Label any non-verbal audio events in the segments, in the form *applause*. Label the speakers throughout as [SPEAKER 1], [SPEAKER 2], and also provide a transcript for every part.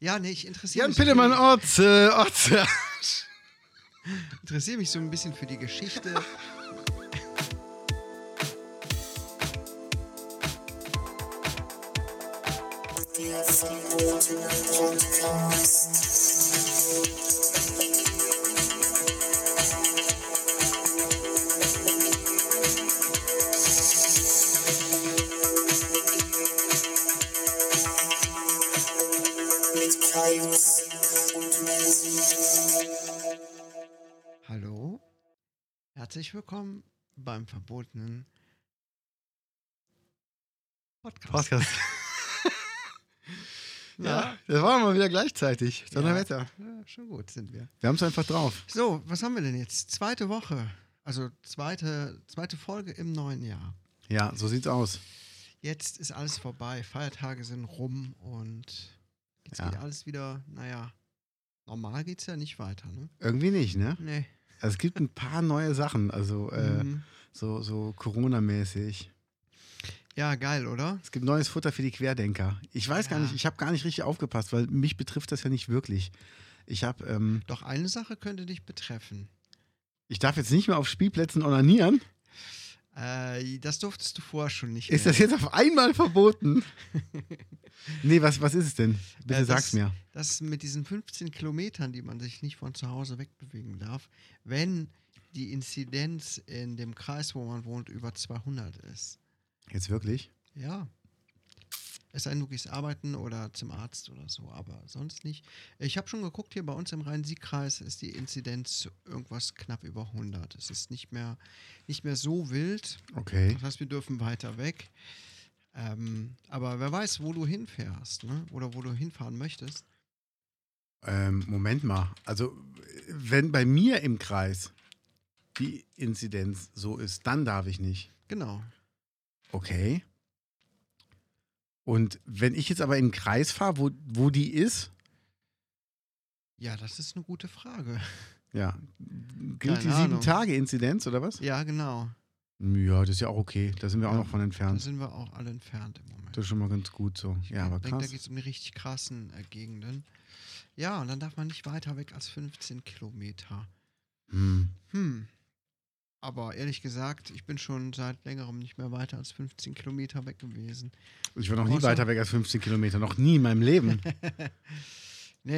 [SPEAKER 1] Ja, nee, ich interessiere
[SPEAKER 2] Jan
[SPEAKER 1] mich.
[SPEAKER 2] Pillemann, Otze, Otze.
[SPEAKER 1] interessiere mich so ein bisschen für die Geschichte. Hallo, herzlich willkommen beim verbotenen Podcast.
[SPEAKER 2] *laughs*
[SPEAKER 1] *laughs*
[SPEAKER 2] Podcast. *laughs* Ja, das war mal wieder gleichzeitig. Donnerwetter.
[SPEAKER 1] Ja, schon gut sind wir.
[SPEAKER 2] Wir haben es einfach drauf.
[SPEAKER 1] So, was haben wir denn jetzt? Zweite Woche, also zweite, zweite Folge im neuen Jahr.
[SPEAKER 2] Ja, so sieht's aus.
[SPEAKER 1] Jetzt ist alles vorbei, Feiertage sind rum und jetzt
[SPEAKER 2] Ja.
[SPEAKER 1] geht alles wieder, naja, normal geht's ja nicht weiter, ne?
[SPEAKER 2] Irgendwie nicht, ne?
[SPEAKER 1] Nee.
[SPEAKER 2] Also es gibt ein paar neue Sachen, also äh,
[SPEAKER 1] Mhm.
[SPEAKER 2] so, so Corona-mäßig.
[SPEAKER 1] Ja, geil, oder?
[SPEAKER 2] Es gibt neues Futter für die Querdenker. Ich weiß gar
[SPEAKER 1] Ja.
[SPEAKER 2] nicht, ich habe gar nicht richtig aufgepasst, weil mich betrifft das ja nicht wirklich. Ich habe, ähm,
[SPEAKER 1] Doch eine Sache könnte dich betreffen.
[SPEAKER 2] ich darf jetzt nicht mehr auf Spielplätzen onanieren.
[SPEAKER 1] Äh, das durftest du vorher schon nicht.
[SPEAKER 2] Ist
[SPEAKER 1] mehr.
[SPEAKER 2] das jetzt auf einmal verboten? *laughs* nee, was, was ist es denn? Bitte
[SPEAKER 1] Äh, das-
[SPEAKER 2] sag's mir.
[SPEAKER 1] Das mit diesen 15 Kilometern, die man sich nicht von zu Hause wegbewegen darf, wenn die Inzidenz in dem Kreis, wo man wohnt, über 200 ist.
[SPEAKER 2] Jetzt wirklich?
[SPEAKER 1] Ja. Es sei denn, du gehst arbeiten oder zum Arzt oder so, aber sonst nicht. Ich habe schon geguckt, hier bei uns im Rhein-Sieg-Kreis ist die Inzidenz irgendwas knapp über 100. Es ist nicht mehr, nicht mehr so wild.
[SPEAKER 2] Okay.
[SPEAKER 1] Das heißt, wir dürfen weiter weg. Ähm, aber wer weiß, wo du hinfährst ne? oder wo du hinfahren möchtest.
[SPEAKER 2] Ähm, Moment mal. Also, wenn bei mir im Kreis die Inzidenz so ist, dann darf ich nicht.
[SPEAKER 1] Genau.
[SPEAKER 2] Okay. Und wenn ich jetzt aber in den Kreis fahre, wo, wo die ist,
[SPEAKER 1] Ja, das ist eine gute Frage.
[SPEAKER 2] ja, gilt
[SPEAKER 1] Keine
[SPEAKER 2] die
[SPEAKER 1] Ahnung.
[SPEAKER 2] sieben Tage Inzidenz oder
[SPEAKER 1] *laughs*
[SPEAKER 2] was?
[SPEAKER 1] Ja, genau.
[SPEAKER 2] Ja, das ist ja auch okay. Da sind wir auch
[SPEAKER 1] Ja,
[SPEAKER 2] noch von
[SPEAKER 1] Da
[SPEAKER 2] entfernt.
[SPEAKER 1] sind wir auch alle entfernt im Moment.
[SPEAKER 2] Das ist schon mal ganz gut so. Ja, aber
[SPEAKER 1] Ich denke, da
[SPEAKER 2] krass.
[SPEAKER 1] geht es um die richtig krassen äh, Gegenden. Ja, und dann darf man nicht weiter weg als 15 Kilometer.
[SPEAKER 2] Hm.
[SPEAKER 1] Hm. Aber ehrlich gesagt, ich bin schon seit längerem nicht mehr weiter als 15 Kilometer weg gewesen.
[SPEAKER 2] Ich war noch nie
[SPEAKER 1] Außer-
[SPEAKER 2] weiter weg als 15 Kilometer. Noch nie in
[SPEAKER 1] *laughs*
[SPEAKER 2] meinem Leben.
[SPEAKER 1] Nee,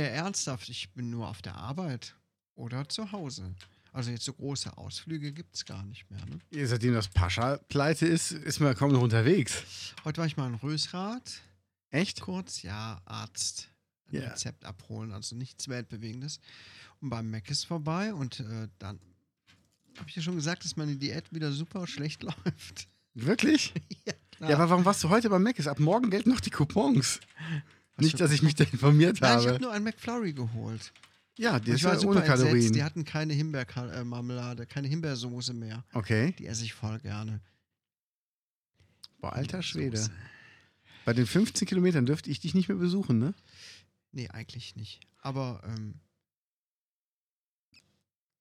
[SPEAKER 1] Ne, ernsthaft, ich bin nur auf der Arbeit oder zu Hause. Also jetzt so große Ausflüge gibt es gar nicht mehr. Ne?
[SPEAKER 2] Seitdem das Pascha pleite ist, ist man kaum noch unterwegs.
[SPEAKER 1] Heute war ich mal in Rösrath.
[SPEAKER 2] Echt?
[SPEAKER 1] kurz, ja, Arzt, ein
[SPEAKER 2] Ja.
[SPEAKER 1] Rezept abholen, also nichts Weltbewegendes. Und beim Mac ist vorbei und äh, dann habe ich ja schon gesagt, dass meine Diät wieder super schlecht *laughs* läuft.
[SPEAKER 2] Wirklich?
[SPEAKER 1] ja,
[SPEAKER 2] Ja, aber warum warst du heute beim Mac? Ist ab morgen gelten noch die Coupons.
[SPEAKER 1] Was
[SPEAKER 2] Nicht,
[SPEAKER 1] für
[SPEAKER 2] dass ich mich da informiert
[SPEAKER 1] Nein, ich
[SPEAKER 2] habe.
[SPEAKER 1] habe nur einen McFlurry geholt.
[SPEAKER 2] ja, die
[SPEAKER 1] Und
[SPEAKER 2] ist
[SPEAKER 1] ich war
[SPEAKER 2] ja
[SPEAKER 1] super
[SPEAKER 2] ohne Kalorien.
[SPEAKER 1] entsetzt. Die hatten keine Himbeermarmelade, keine Himbeersoße mehr.
[SPEAKER 2] okay.
[SPEAKER 1] Die esse ich voll gerne.
[SPEAKER 2] Boah, alter Schwede.
[SPEAKER 1] Soße.
[SPEAKER 2] Bei den 15 Kilometern dürfte ich dich nicht mehr besuchen, ne?
[SPEAKER 1] Nee, eigentlich nicht. Aber ähm,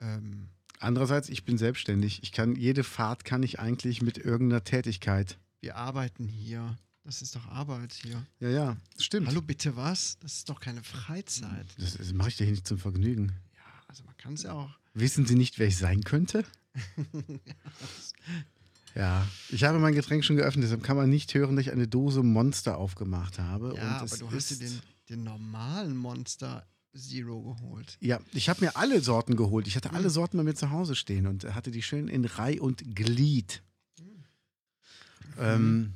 [SPEAKER 1] ähm,
[SPEAKER 2] Andererseits, ich bin selbstständig. Ich kann, jede Fahrt kann ich eigentlich mit irgendeiner Tätigkeit.
[SPEAKER 1] wir arbeiten hier. Das ist doch Arbeit hier.
[SPEAKER 2] Ja, ja, stimmt.
[SPEAKER 1] Hallo, bitte was? Das ist doch keine Freizeit.
[SPEAKER 2] Das, das mache ich dir hier nicht zum Vergnügen.
[SPEAKER 1] Ja, also man kann es ja auch.
[SPEAKER 2] Wissen Sie nicht, wer ich
[SPEAKER 1] *laughs*
[SPEAKER 2] sein könnte? Ja, ich habe mein Getränk schon geöffnet, deshalb kann man nicht hören, dass ich eine Dose Monster aufgemacht habe.
[SPEAKER 1] ja,
[SPEAKER 2] und es
[SPEAKER 1] aber du hast dir
[SPEAKER 2] ist-
[SPEAKER 1] den, den normalen Monster Zero geholt.
[SPEAKER 2] Ja, ich habe mir alle Sorten geholt. Ich hatte
[SPEAKER 1] Mhm.
[SPEAKER 2] alle Sorten bei mir zu Hause stehen und hatte die schön in Reih und Glied.
[SPEAKER 1] Mhm.
[SPEAKER 2] Ähm,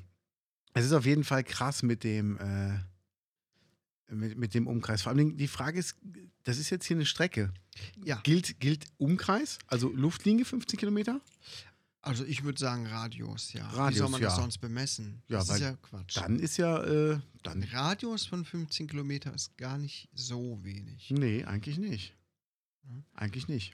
[SPEAKER 2] es ist auf jeden Fall krass mit dem, äh, mit, mit dem Umkreis. Vor allem die Frage ist, das ist jetzt hier eine Strecke.
[SPEAKER 1] Ja,
[SPEAKER 2] Gilt, gilt Umkreis, also Luftlinie 15 Kilometer?
[SPEAKER 1] also ich würde sagen Radius, ja. Wie
[SPEAKER 2] Radius,
[SPEAKER 1] soll man das
[SPEAKER 2] ja.
[SPEAKER 1] sonst bemessen?
[SPEAKER 2] Ja,
[SPEAKER 1] das
[SPEAKER 2] weil
[SPEAKER 1] ist ja Quatsch.
[SPEAKER 2] Dann ist ja, äh,
[SPEAKER 1] Ein
[SPEAKER 2] dann,
[SPEAKER 1] Radius von 15 Kilometer ist gar nicht so wenig.
[SPEAKER 2] nee, eigentlich nicht.
[SPEAKER 1] Mhm.
[SPEAKER 2] Eigentlich nicht.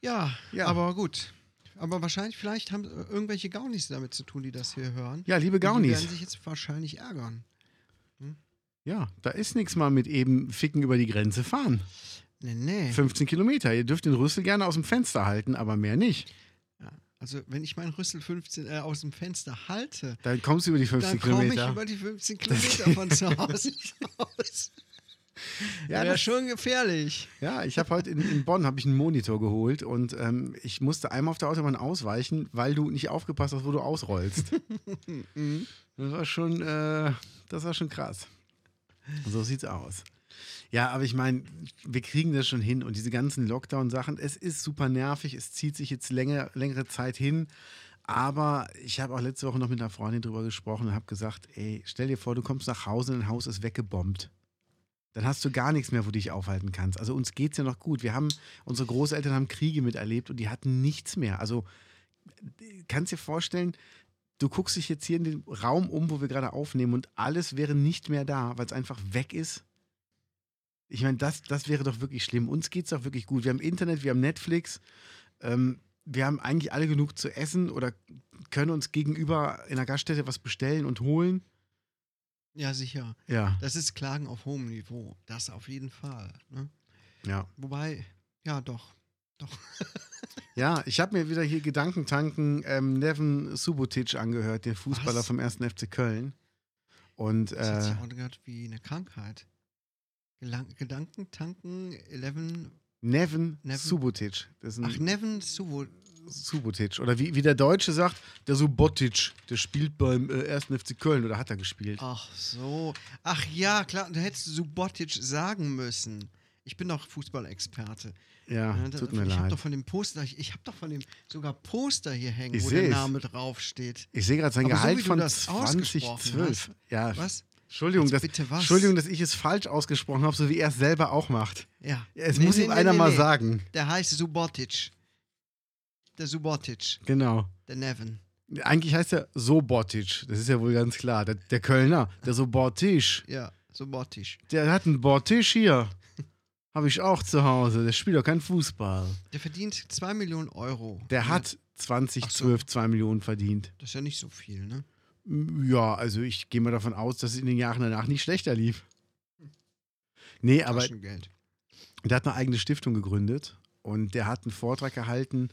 [SPEAKER 1] Ja,
[SPEAKER 2] Ja.
[SPEAKER 1] aber gut. Aber wahrscheinlich, vielleicht haben äh, irgendwelche Gaunis damit zu tun, die das hier hören.
[SPEAKER 2] Ja, liebe
[SPEAKER 1] Die
[SPEAKER 2] Gaunis.
[SPEAKER 1] werden sich jetzt wahrscheinlich ärgern.
[SPEAKER 2] Ja, da ist nichts mal mit eben Ficken über die Grenze fahren.
[SPEAKER 1] Nee, nee.
[SPEAKER 2] 15 Kilometer. Ihr dürft den Rüssel gerne aus dem Fenster halten, aber mehr nicht.
[SPEAKER 1] Also, wenn ich meinen Rüssel 15 äh, aus dem Fenster halte,
[SPEAKER 2] Dann kommst du über die
[SPEAKER 1] dann
[SPEAKER 2] 15
[SPEAKER 1] komme ich
[SPEAKER 2] Kilometer.
[SPEAKER 1] über die 15 Kilometer von
[SPEAKER 2] *laughs*
[SPEAKER 1] zu Hause raus.
[SPEAKER 2] ja,
[SPEAKER 1] Wäre
[SPEAKER 2] das,
[SPEAKER 1] schon gefährlich.
[SPEAKER 2] ja, ich habe heute in, in Bonn habe ich einen Monitor geholt und ähm, ich musste einmal auf der Autobahn ausweichen, weil du nicht aufgepasst hast, wo du ausrollst. das war schon, äh, das war schon krass. So sieht's aus. Ja, aber ich meine, wir kriegen das schon hin und diese ganzen Lockdown-Sachen, es ist super nervig, es zieht sich jetzt länger, längere Zeit hin. Aber ich habe auch letzte Woche noch mit einer Freundin drüber gesprochen und habe gesagt, ey, stell dir vor, du kommst nach Hause und dein Haus ist weggebombt. Dann hast du gar nichts mehr, wo du dich aufhalten kannst. Also uns geht's ja noch gut. Wir haben, unsere Großeltern haben Kriege miterlebt und die hatten nichts mehr. Also kannst dir vorstellen, du guckst dich jetzt hier in den Raum um, wo wir gerade aufnehmen und alles wäre nicht mehr da, weil es einfach weg ist. Ich meine, das, das wäre doch wirklich schlimm. Uns geht's doch wirklich gut. Wir haben Internet, wir haben Netflix. Ähm, wir haben eigentlich alle genug zu essen oder können uns gegenüber in der Gaststätte was bestellen und holen.
[SPEAKER 1] Ja, sicher.
[SPEAKER 2] Ja,
[SPEAKER 1] Das ist Klagen auf hohem Niveau. Das auf jeden Fall. Ne?
[SPEAKER 2] ja.
[SPEAKER 1] Wobei, ja, doch.
[SPEAKER 2] Ja, ich habe mir wieder hier Gedankentanken ähm, Neven Subotic angehört, den Fußballer
[SPEAKER 1] Was?
[SPEAKER 2] vom 1. FC Köln. Und
[SPEAKER 1] Das hat
[SPEAKER 2] äh,
[SPEAKER 1] sich angehört wie eine Krankheit. Gelan Gedanken, Tanken, 11.
[SPEAKER 2] Neven,
[SPEAKER 1] Neven-
[SPEAKER 2] Subotic. Das ist ein
[SPEAKER 1] Ach, Neven Suvo.
[SPEAKER 2] Subotic. Oder wie, wie der Deutsche sagt, der Subotic, der spielt beim äh, 1. FC Köln oder hat er gespielt.
[SPEAKER 1] Ach so. Ach ja, klar, du hättest Subotic sagen müssen. Ich bin doch Fußballexperte.
[SPEAKER 2] Ja,
[SPEAKER 1] Ja, das-
[SPEAKER 2] tut mir
[SPEAKER 1] ich habe
[SPEAKER 2] leid.
[SPEAKER 1] doch von dem Poster, ich, ich habe doch von dem sogar Poster hier hängen,
[SPEAKER 2] Ich
[SPEAKER 1] wo der
[SPEAKER 2] seh's.
[SPEAKER 1] Name draufsteht.
[SPEAKER 2] Ich sehe gerade sein
[SPEAKER 1] Aber so
[SPEAKER 2] Gehalt
[SPEAKER 1] wie du
[SPEAKER 2] von
[SPEAKER 1] das ausgesprochen
[SPEAKER 2] 2012. Ja,
[SPEAKER 1] Was?
[SPEAKER 2] Entschuldigung,
[SPEAKER 1] Jetzt
[SPEAKER 2] dass,
[SPEAKER 1] bitte was?
[SPEAKER 2] Entschuldigung, dass ich es falsch ausgesprochen habe, so wie er es selber auch macht.
[SPEAKER 1] Ja.
[SPEAKER 2] Es
[SPEAKER 1] Nee,
[SPEAKER 2] muss
[SPEAKER 1] nee,
[SPEAKER 2] ihm
[SPEAKER 1] nee,
[SPEAKER 2] einer
[SPEAKER 1] nee,
[SPEAKER 2] mal
[SPEAKER 1] nee.
[SPEAKER 2] sagen.
[SPEAKER 1] Der heißt Subotic. Der Subotic,
[SPEAKER 2] Genau.
[SPEAKER 1] der Neven.
[SPEAKER 2] Eigentlich heißt er Sobotic. Das ist ja wohl ganz klar. Der, der Kölner, der Sobotic.
[SPEAKER 1] Ja, Subotic.
[SPEAKER 2] Der hat einen Bortisch hier. Habe ich auch zu Hause. Der spielt doch keinen Fußball.
[SPEAKER 1] Der verdient 2 Millionen Euro.
[SPEAKER 2] Der
[SPEAKER 1] Ja,
[SPEAKER 2] hat 2012 2 Millionen verdient.
[SPEAKER 1] Das ist ja nicht so viel, ne?
[SPEAKER 2] Ja, also ich gehe mal davon aus, dass es in den Jahren danach nicht schlechter lief. Nee, aber
[SPEAKER 1] Taschengeld.
[SPEAKER 2] Der hat eine eigene Stiftung gegründet und der hat einen Vortrag gehalten,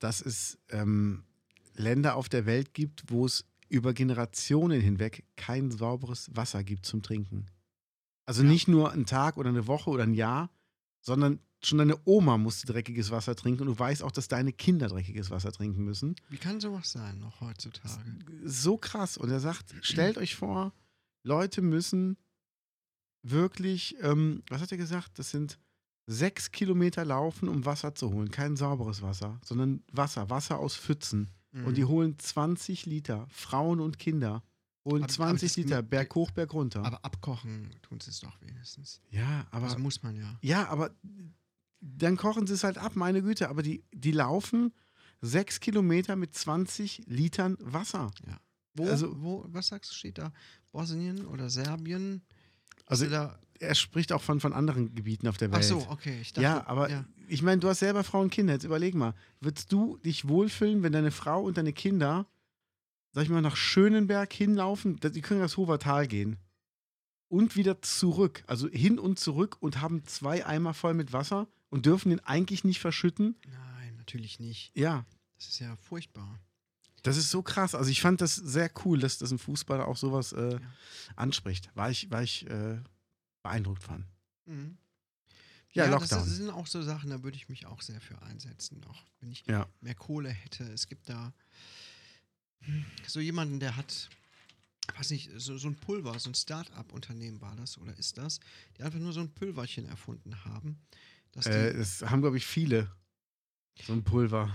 [SPEAKER 2] dass es ähm, Länder auf der Welt gibt, wo es über Generationen hinweg kein sauberes Wasser gibt zum Trinken. Also
[SPEAKER 1] Ja.
[SPEAKER 2] nicht nur einen Tag oder eine Woche oder ein Jahr, sondern schon deine Oma musste dreckiges Wasser trinken und du weißt auch, dass deine Kinder dreckiges Wasser trinken müssen.
[SPEAKER 1] Wie kann sowas sein noch heutzutage?
[SPEAKER 2] So krass. Und er sagt, stellt euch vor, Leute müssen wirklich, ähm, was hat er gesagt? Das sind sechs Kilometer laufen, um Wasser zu holen. Kein sauberes Wasser, sondern Wasser, Wasser aus Pfützen.
[SPEAKER 1] Hm.
[SPEAKER 2] Und die holen 20 Liter, Frauen und Kinder
[SPEAKER 1] Aber-
[SPEAKER 2] holen
[SPEAKER 1] aber
[SPEAKER 2] 20
[SPEAKER 1] das-
[SPEAKER 2] Liter, Berg hoch, Berg runter.
[SPEAKER 1] aber abkochen tun sie es doch wenigstens.
[SPEAKER 2] ja, aber
[SPEAKER 1] Also muss man ja.
[SPEAKER 2] ja, aber dann kochen sie es halt ab, meine Güte. Aber die, die laufen sechs Kilometer mit 20 Litern Wasser.
[SPEAKER 1] Wo,
[SPEAKER 2] Also-
[SPEAKER 1] wo, was sagst du, steht da? Bosnien oder Serbien?
[SPEAKER 2] Also-
[SPEAKER 1] Ist da,
[SPEAKER 2] Er spricht auch von, von anderen Gebieten auf der Welt.
[SPEAKER 1] ach so, okay. Ich dachte,
[SPEAKER 2] ja, aber
[SPEAKER 1] ja.
[SPEAKER 2] ich meine, du hast selber Frau und Kinder. Jetzt überleg mal, würdest du dich wohlfühlen, wenn deine Frau und deine Kinder, sag ich mal, nach Schönenberg hinlaufen? Das- Die können das Hovertal gehen. Und wieder zurück. Also hin und zurück und haben zwei Eimer voll mit Wasser und dürfen den eigentlich nicht verschütten.
[SPEAKER 1] Nein, natürlich nicht.
[SPEAKER 2] Ja,
[SPEAKER 1] Das ist ja furchtbar.
[SPEAKER 2] das ist so krass. Also ich fand das sehr cool, dass, dass ein Fußballer auch sowas äh,
[SPEAKER 1] Ja.
[SPEAKER 2] anspricht. War ich, war ich äh, beeindruckt von.
[SPEAKER 1] Mhm.
[SPEAKER 2] Ja,
[SPEAKER 1] das,
[SPEAKER 2] Lockdown.
[SPEAKER 1] das sind auch so Sachen, da würde ich mich auch sehr für einsetzen. Noch wenn ich
[SPEAKER 2] Ja.
[SPEAKER 1] mehr Kohle hätte. Es gibt da so jemanden, der hat, weiß nicht, so, so ein Pulver, so ein Start-up-Unternehmen war das oder ist das, die einfach nur so ein Pulverchen erfunden haben. Dass die,
[SPEAKER 2] Äh, das haben, glaube ich, viele. So ein Pulver.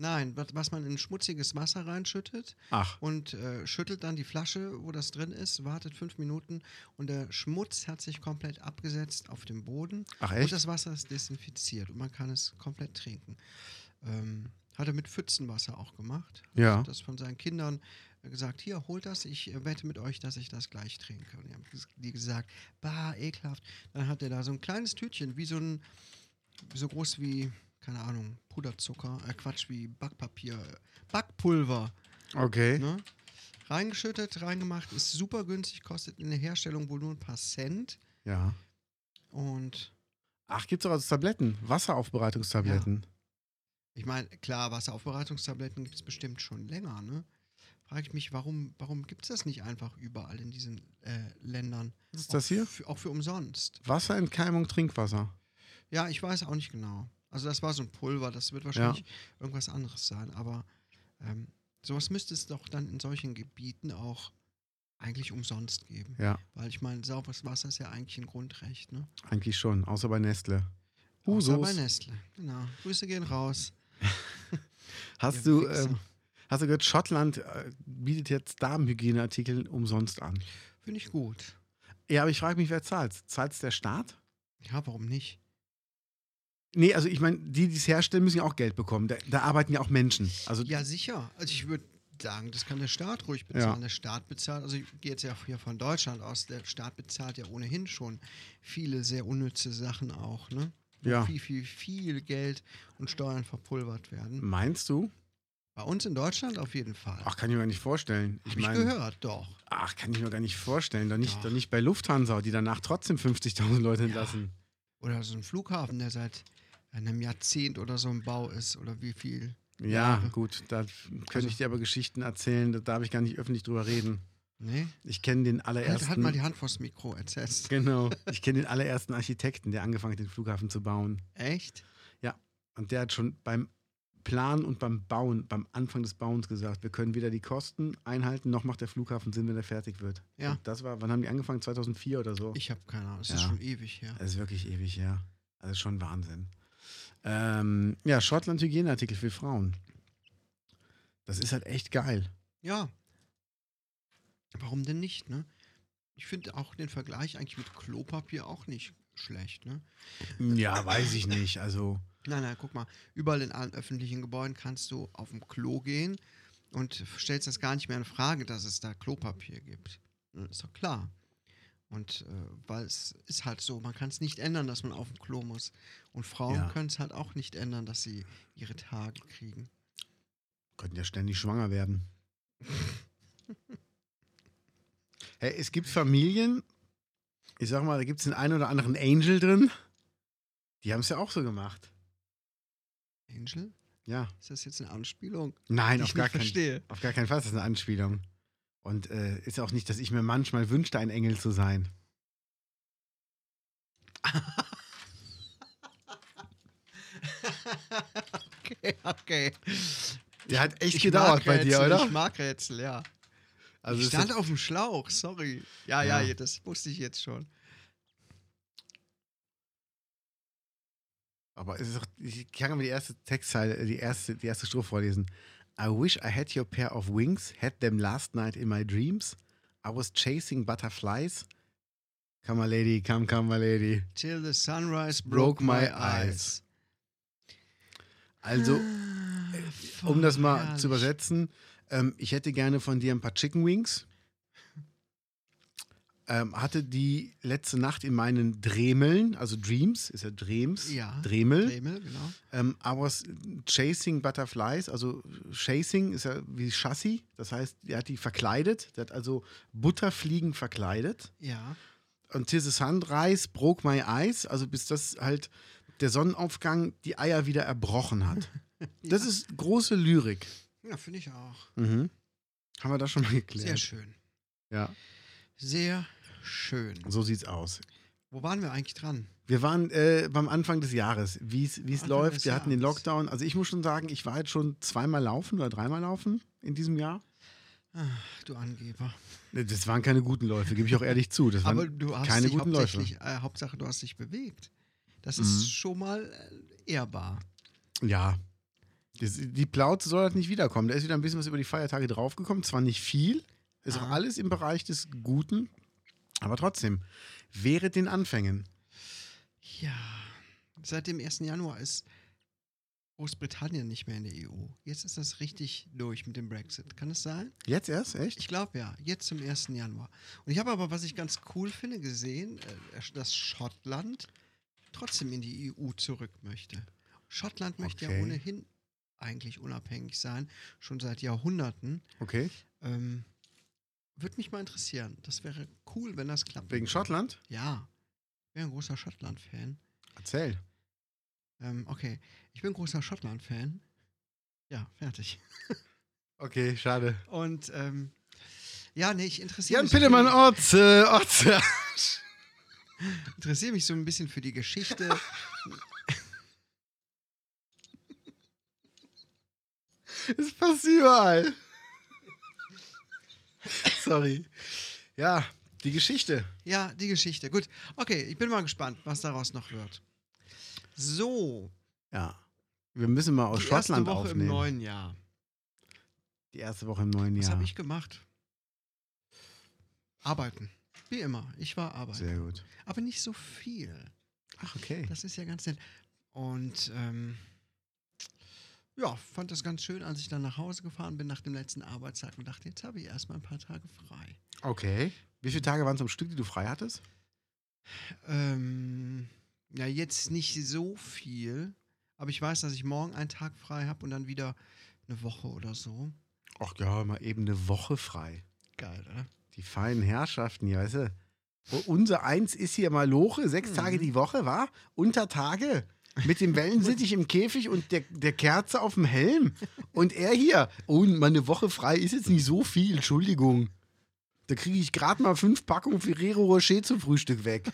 [SPEAKER 1] nein, was, was man in schmutziges Wasser reinschüttet
[SPEAKER 2] Ach.
[SPEAKER 1] und äh, schüttelt dann die Flasche, wo das drin ist, wartet fünf Minuten und der Schmutz hat sich komplett abgesetzt auf dem Boden
[SPEAKER 2] Ach
[SPEAKER 1] Und
[SPEAKER 2] echt?
[SPEAKER 1] das Wasser ist desinfiziert und man kann es komplett trinken. Ähm, hat er mit Pfützenwasser auch gemacht.
[SPEAKER 2] Ja.
[SPEAKER 1] Hat das von seinen Kindern äh, gesagt, hier, holt das, ich äh, wette mit euch, dass ich das gleich trinke. Und die haben ges- die gesagt, bah, ekelhaft. Dann hat er da so ein kleines Tütchen, wie so ein, so groß wie, keine Ahnung, Puderzucker, äh Quatsch, wie Backpapier, äh, Backpulver,
[SPEAKER 2] Okay.
[SPEAKER 1] ne? Reingeschüttet, reingemacht, ist super günstig, kostet in der Herstellung wohl nur ein paar Cent.
[SPEAKER 2] Ja.
[SPEAKER 1] Und
[SPEAKER 2] Ach, gibt's auch als Tabletten, also Wasseraufbereitungstabletten.
[SPEAKER 1] Ich meine, klar, Wasseraufbereitungstabletten gibt es bestimmt schon länger, ne? Frage ich mich, warum, warum gibt es das nicht einfach überall in diesen äh, Ländern?
[SPEAKER 2] Was ist das hier?
[SPEAKER 1] Für, auch für umsonst.
[SPEAKER 2] Wasserentkeimung, Trinkwasser.
[SPEAKER 1] Ja, ich weiß auch nicht genau. Also das war so ein Pulver, das wird wahrscheinlich irgendwas anderes sein, aber ähm, sowas müsste es doch dann in solchen Gebieten auch eigentlich umsonst geben.
[SPEAKER 2] Ja,
[SPEAKER 1] Weil ich meine, sauberes Wasser ist ja eigentlich ein Grundrecht, ne?
[SPEAKER 2] eigentlich schon. Außer bei Nestle.
[SPEAKER 1] Außer
[SPEAKER 2] Usos.
[SPEAKER 1] bei Nestle. Genau. Grüße gehen raus.
[SPEAKER 2] Hast
[SPEAKER 1] ihr
[SPEAKER 2] du,
[SPEAKER 1] Wichser.
[SPEAKER 2] ähm, hast du gehört, Schottland äh, bietet jetzt Damenhygieneartikel umsonst an.
[SPEAKER 1] Finde ich gut.
[SPEAKER 2] Ja, aber ich frage mich, wer zahlt? Zahlt der Staat?
[SPEAKER 1] Ja, warum nicht?
[SPEAKER 2] Nee, also ich meine, die, die es herstellen, müssen ja auch Geld bekommen. Da, da arbeiten ja auch Menschen. Also
[SPEAKER 1] Ja, sicher. Also ich würde sagen, das kann der Staat ruhig bezahlen. Der Staat bezahlt, also ich gehe jetzt ja hier von Deutschland aus, der Staat bezahlt ja ohnehin schon viele sehr unnütze Sachen auch, ne? Wo
[SPEAKER 2] Ja.
[SPEAKER 1] Viel, viel, viel Geld und Steuern verpulvert werden.
[SPEAKER 2] meinst du?
[SPEAKER 1] Bei uns in Deutschland auf jeden Fall.
[SPEAKER 2] Ach, kann ich mir gar nicht vorstellen. Ich
[SPEAKER 1] Hab ich
[SPEAKER 2] meine,
[SPEAKER 1] gehört, doch.
[SPEAKER 2] ach, kann ich mir gar nicht vorstellen. Doch nicht,
[SPEAKER 1] Doch.
[SPEAKER 2] doch. nicht bei Lufthansa, die danach trotzdem 50.000 Leute entlassen.
[SPEAKER 1] Oder so ein Flughafen, der seit einem Jahrzehnt oder so im Bau ist oder wie viel.
[SPEAKER 2] Ja,
[SPEAKER 1] Ja.
[SPEAKER 2] gut, da könnte
[SPEAKER 1] Also-
[SPEAKER 2] ich dir aber Geschichten erzählen, da darf ich gar nicht öffentlich drüber reden.
[SPEAKER 1] Nee?
[SPEAKER 2] Ich kenne den
[SPEAKER 1] ne? Halt,
[SPEAKER 2] allerersten.
[SPEAKER 1] halt mal die Hand vors Mikro, erzählst.
[SPEAKER 2] genau. Ich kenne den allerersten Architekten, der angefangen hat, den Flughafen zu bauen.
[SPEAKER 1] Echt?
[SPEAKER 2] Und der hat schon beim Planen und beim Bauen, beim Anfang des Bauens gesagt, wir können weder die Kosten einhalten, noch macht der Flughafen Sinn, wenn er fertig wird.
[SPEAKER 1] Ja.
[SPEAKER 2] Und das war, wann haben die angefangen? 2004 oder so?
[SPEAKER 1] Ich habe keine Ahnung, es ist
[SPEAKER 2] Ja.
[SPEAKER 1] schon ewig her.
[SPEAKER 2] Das ist wirklich ewig, ja. Also schon Wahnsinn. Ähm, ja, Schottland Hygieneartikel für Frauen. Das ist halt echt geil.
[SPEAKER 1] Ja. Warum denn nicht, ne? Ich finde auch den Vergleich eigentlich mit Klopapier auch nicht schlecht, ne?
[SPEAKER 2] Ja, weiß ich nicht. Also,
[SPEAKER 1] Nein, nein, guck mal, überall in allen öffentlichen Gebäuden kannst du auf dem Klo gehen und stellst das gar nicht mehr in Frage, dass es da Klopapier gibt. Ne, Ist doch klar. Und äh, weil es ist halt so, man kann es nicht ändern, dass man auf dem Klo muss. Und Frauen
[SPEAKER 2] Ja.
[SPEAKER 1] können es halt auch nicht ändern, dass sie ihre Tage kriegen.
[SPEAKER 2] könnten ja ständig schwanger werden. hey, es gibt Familien, ich sag mal, da gibt es den einen oder anderen Angel drin. Die haben es ja auch so gemacht.
[SPEAKER 1] Angel,
[SPEAKER 2] Ja.
[SPEAKER 1] ist das jetzt eine Anspielung?
[SPEAKER 2] Nein,
[SPEAKER 1] die
[SPEAKER 2] auf
[SPEAKER 1] ich
[SPEAKER 2] gar,
[SPEAKER 1] nicht
[SPEAKER 2] keinen,
[SPEAKER 1] verstehe. *laughs*
[SPEAKER 2] auf gar keinen Fall. Das ist eine Anspielung. Und äh, ist auch nicht, dass ich mir manchmal wünschte, ein Engel zu sein.
[SPEAKER 1] okay, okay.
[SPEAKER 2] Der hat echt
[SPEAKER 1] Ich mag
[SPEAKER 2] gedauert bei dir,
[SPEAKER 1] Rätsel,
[SPEAKER 2] oder?
[SPEAKER 1] Ich mag Rätsel, ja.
[SPEAKER 2] Also
[SPEAKER 1] ich
[SPEAKER 2] es ist,
[SPEAKER 1] stand auf dem Schlauch, sorry. Ja, ja,
[SPEAKER 2] Ja.
[SPEAKER 1] je- das wusste ich jetzt schon.
[SPEAKER 2] aber es ist auch, ich kann mir die erste Textzeile, die erste, die erste Strophe vorlesen. I wish I had your pair of wings, had them last night in my dreams. I was chasing butterflies. Come, my lady, come, come, my lady.
[SPEAKER 1] Till the sunrise broke
[SPEAKER 2] Broke my
[SPEAKER 1] my eyes.
[SPEAKER 2] eyes. Also,
[SPEAKER 1] Ah,
[SPEAKER 2] um das mal
[SPEAKER 1] herrlich.
[SPEAKER 2] zu übersetzen, ähm, ich hätte gerne von dir ein paar Chicken Wings. Ähm, hatte die letzte Nacht in meinen Dremeln, also Dreams, ist ja Dreams,
[SPEAKER 1] Ja,
[SPEAKER 2] Dremel.
[SPEAKER 1] Dremel, genau.
[SPEAKER 2] Ähm, I was chasing butterflies, also chasing ist ja wie Chassis, das heißt, er hat die verkleidet, der hat also Butterfliegen verkleidet.
[SPEAKER 1] Ja,
[SPEAKER 2] Und till the sunrise broke my eyes, also bis das halt der Sonnenaufgang die Eier wieder
[SPEAKER 1] *laughs*
[SPEAKER 2] erbrochen hat. Das ist große Lyrik.
[SPEAKER 1] ja finde ich auch.
[SPEAKER 2] Mhm. Haben wir das schon mal geklärt?
[SPEAKER 1] Sehr schön.
[SPEAKER 2] Ja,
[SPEAKER 1] Sehr schön.
[SPEAKER 2] so sieht's aus.
[SPEAKER 1] Wo waren wir eigentlich dran?
[SPEAKER 2] Wir waren äh, beim Anfang des Jahres, wie es wie es
[SPEAKER 1] Anfang
[SPEAKER 2] läuft.
[SPEAKER 1] des
[SPEAKER 2] Wir hatten den
[SPEAKER 1] Jahres.
[SPEAKER 2] Lockdown. Also ich muss schon sagen, ich war jetzt schon zweimal laufen oder dreimal laufen in diesem Jahr.
[SPEAKER 1] Ach, du Angeber.
[SPEAKER 2] Ne, Das waren keine guten Läufe, gebe ich auch ehrlich zu. Das waren,
[SPEAKER 1] Aber du hast
[SPEAKER 2] keine
[SPEAKER 1] dich
[SPEAKER 2] guten Läufe.
[SPEAKER 1] hauptsächlich, äh, Hauptsache du hast dich bewegt. Das ist
[SPEAKER 2] Mhm.
[SPEAKER 1] schon mal äh, ehrbar.
[SPEAKER 2] ja. Das, die Plauze soll halt nicht wiederkommen. Da ist wieder ein bisschen was über die Feiertage draufgekommen. Zwar nicht viel, ist auch
[SPEAKER 1] Ah.
[SPEAKER 2] alles im Bereich des Guten, aber trotzdem, während den Anfängen.
[SPEAKER 1] Ja, seit dem 1. Januar ist Großbritannien nicht mehr in der EU. Jetzt ist das richtig durch mit dem Brexit. Kann es sein?
[SPEAKER 2] Jetzt erst, echt?
[SPEAKER 1] Ich glaube ja, jetzt zum 1. Januar. Und ich habe aber, was ich ganz cool finde, gesehen, äh, dass Schottland trotzdem in die EU zurück möchte. Schottland möchte
[SPEAKER 2] Okay.
[SPEAKER 1] ja ohnehin eigentlich unabhängig sein, schon seit Jahrhunderten.
[SPEAKER 2] Okay.
[SPEAKER 1] Ähm, Würde mich mal interessieren. Das wäre cool, wenn das klappt.
[SPEAKER 2] Wegen Schottland?
[SPEAKER 1] Ja. Ich bin ein großer Schottland-Fan.
[SPEAKER 2] Erzähl.
[SPEAKER 1] Ähm, okay, ich bin großer Schottland-Fan. Ja, fertig.
[SPEAKER 2] Okay, schade.
[SPEAKER 1] Und ähm, ja, nee, ich interessiere
[SPEAKER 2] Jan
[SPEAKER 1] mich,
[SPEAKER 2] Pillemann, Otze, Otze. *laughs* oh.
[SPEAKER 1] interessiere mich so ein bisschen für die
[SPEAKER 2] *laughs*
[SPEAKER 1] Geschichte.
[SPEAKER 2] Es
[SPEAKER 1] *laughs*
[SPEAKER 2] passt überall. Sorry. Ja, die Geschichte.
[SPEAKER 1] ja, die Geschichte. Gut. Okay, ich bin mal gespannt, was daraus noch wird. So,
[SPEAKER 2] Ja. Wir müssen mal aus
[SPEAKER 1] die erste
[SPEAKER 2] Schottland
[SPEAKER 1] Woche
[SPEAKER 2] aufnehmen.
[SPEAKER 1] im neuen Jahr.
[SPEAKER 2] Die erste Woche im neuen
[SPEAKER 1] Was
[SPEAKER 2] Jahr.
[SPEAKER 1] habe ich gemacht? Arbeiten. Wie immer. Ich war arbeiten.
[SPEAKER 2] Sehr gut.
[SPEAKER 1] Aber nicht so viel.
[SPEAKER 2] Ach, okay.
[SPEAKER 1] Das ist ja ganz nett. Und ähm, ja, fand das ganz schön, als ich dann nach Hause gefahren bin nach dem letzten Arbeitstag und dachte, jetzt habe ich erstmal ein paar Tage frei.
[SPEAKER 2] Okay. Wie viele Tage waren es am Stück, die du frei hattest?
[SPEAKER 1] Ähm, ja, jetzt nicht so viel, aber ich weiß, dass ich morgen einen Tag frei habe und dann wieder eine Woche oder so.
[SPEAKER 2] Ach ja, mal eben eine Woche frei.
[SPEAKER 1] Geil, oder?
[SPEAKER 2] Die feinen Herrschaften hier, weißt du? U- Unser Eins ist hier mal Loche, sechs
[SPEAKER 1] Mhm.
[SPEAKER 2] Tage die Woche, war? Unter Tage. Mit dem Wellensittich im Käfig und der, der Kerze auf dem Helm. Und er hier. Oh, meine Woche frei ist jetzt nicht so viel, Entschuldigung. Da kriege ich gerade mal fünf Packungen Ferrero Rocher zum Frühstück weg.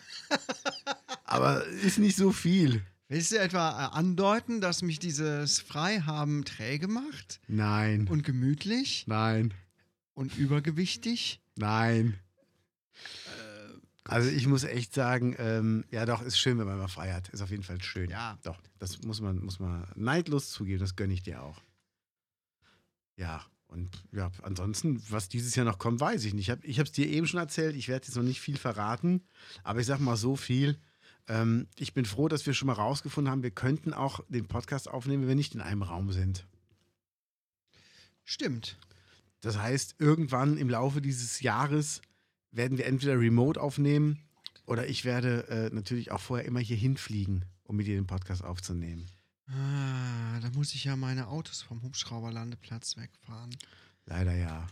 [SPEAKER 2] Aber ist nicht so viel.
[SPEAKER 1] Willst du etwa äh, andeuten, dass mich dieses Freihaben träge macht
[SPEAKER 2] Nein,
[SPEAKER 1] und gemütlich
[SPEAKER 2] nein,
[SPEAKER 1] und übergewichtig?
[SPEAKER 2] nein. Also ich muss echt sagen, ähm, ja doch, ist schön, wenn man mal frei hat. Ist auf jeden Fall schön.
[SPEAKER 1] Ja.
[SPEAKER 2] Doch, das muss man, muss man neidlos zugeben, das gönne ich dir auch. Ja, und ja, ansonsten, was dieses Jahr noch kommt, weiß ich nicht. Ich habe es dir eben schon erzählt, ich werde jetzt noch nicht viel verraten, aber ich sag mal so viel. Ähm, ich bin froh, dass wir schon mal rausgefunden haben, wir könnten auch den Podcast aufnehmen, wenn wir nicht in einem Raum sind.
[SPEAKER 1] Stimmt.
[SPEAKER 2] Das heißt, irgendwann im Laufe dieses Jahres werden wir entweder remote aufnehmen oder ich werde äh, natürlich auch vorher immer hier hinfliegen, um mit dir den Podcast aufzunehmen.
[SPEAKER 1] Ah, da muss ich ja meine Autos vom Hubschrauberlandeplatz wegfahren.
[SPEAKER 2] Leider ja.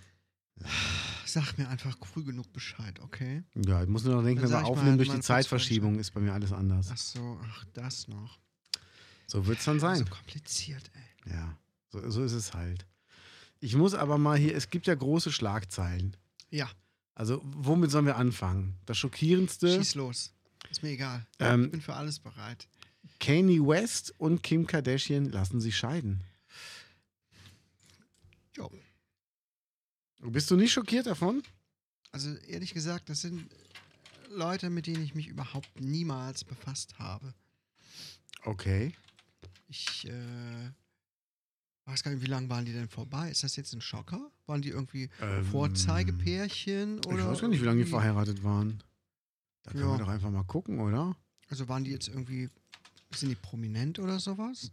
[SPEAKER 1] Sag mir einfach früh genug Bescheid, okay?
[SPEAKER 2] Ja, ich muss nur noch denken,
[SPEAKER 1] Dann
[SPEAKER 2] wenn wir
[SPEAKER 1] sag ich mal,
[SPEAKER 2] aufnehmen durch
[SPEAKER 1] mal
[SPEAKER 2] die
[SPEAKER 1] kurz vor den
[SPEAKER 2] Zeitverschiebung, ist bei mir alles anders.
[SPEAKER 1] Ach so, ach, das noch.
[SPEAKER 2] So wird es dann sein.
[SPEAKER 1] So kompliziert, ey.
[SPEAKER 2] Ja, so, so ist es halt. Ich muss aber mal hier, es gibt ja große Schlagzeilen.
[SPEAKER 1] Ja,
[SPEAKER 2] Also, womit sollen wir anfangen? Das Schockierendste:
[SPEAKER 1] schieß los. Ist mir egal.
[SPEAKER 2] Ähm,
[SPEAKER 1] ich bin für alles bereit.
[SPEAKER 2] Kanye West und Kim Kardashian lassen sich scheiden.
[SPEAKER 1] Jo.
[SPEAKER 2] Bist du nicht schockiert davon?
[SPEAKER 1] Also ehrlich gesagt, das sind Leute, mit denen ich mich überhaupt niemals befasst habe.
[SPEAKER 2] Okay.
[SPEAKER 1] Ich äh, weiß gar nicht, wie lange waren die denn vorbei? Ist das jetzt ein Schocker? Waren die irgendwie
[SPEAKER 2] Ähm,
[SPEAKER 1] Vorzeigepärchen? Oder
[SPEAKER 2] ich weiß gar nicht, wie lange die
[SPEAKER 1] irgendwie-
[SPEAKER 2] verheiratet waren. Da können
[SPEAKER 1] Ja.
[SPEAKER 2] wir doch einfach mal gucken, oder?
[SPEAKER 1] Also waren die jetzt irgendwie, sind die prominent oder sowas?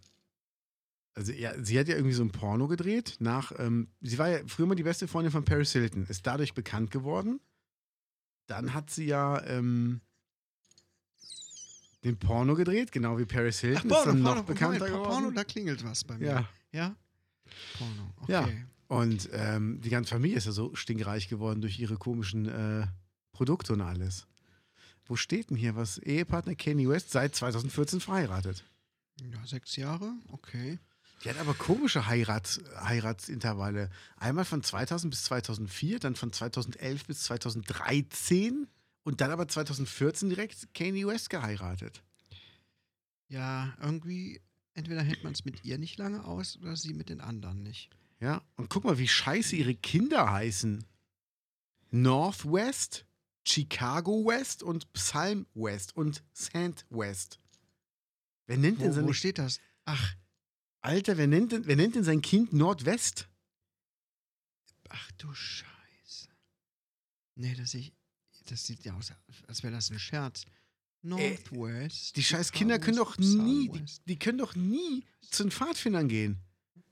[SPEAKER 2] Also ja, sie hat ja irgendwie so ein Porno gedreht. Nach, ähm, sie war ja früher mal die beste Freundin von Paris Hilton, ist dadurch bekannt geworden. Dann hat sie ja ähm, den Porno gedreht, genau wie Paris Hilton, ist dann noch bekannter
[SPEAKER 1] Moment,
[SPEAKER 2] geworden.
[SPEAKER 1] Porno, da klingelt was bei mir.
[SPEAKER 2] ja.
[SPEAKER 1] Ja? Porno, okay.
[SPEAKER 2] Ja. Und ähm, die ganze Familie ist ja so stinkreich geworden durch ihre komischen äh, Produkte und alles. Wo steht denn hier was? Ehepartner Kanye West seit 2014 verheiratet.
[SPEAKER 1] Ja, sechs Jahre, okay.
[SPEAKER 2] Die hat aber komische Heirats Heiratsintervalle. Einmal von 2000 bis 2004, dann von 2011 bis 2013 und dann aber 2014 direkt Kanye West geheiratet.
[SPEAKER 1] Ja, irgendwie, entweder hält man es mit ihr nicht lange aus oder sie mit den anderen nicht.
[SPEAKER 2] Ja, und guck mal, wie scheiße ihre Kinder heißen. Northwest, Chicago West und Psalm West und Sand West. Wer nennt denn
[SPEAKER 1] Wo, wo
[SPEAKER 2] seine
[SPEAKER 1] steht das? Ach,
[SPEAKER 2] Alter, wer nennt denn, wer nennt denn sein Kind Nordwest?
[SPEAKER 1] ach du Scheiße. Nee, das, ich, das sieht ja aus, als wäre das ein Scherz. Northwest.
[SPEAKER 2] Äh, Die scheiß
[SPEAKER 1] Chicago,
[SPEAKER 2] Kinder können doch nie, die,
[SPEAKER 1] Southwest.
[SPEAKER 2] die können doch nie zu den Pfadfindern gehen.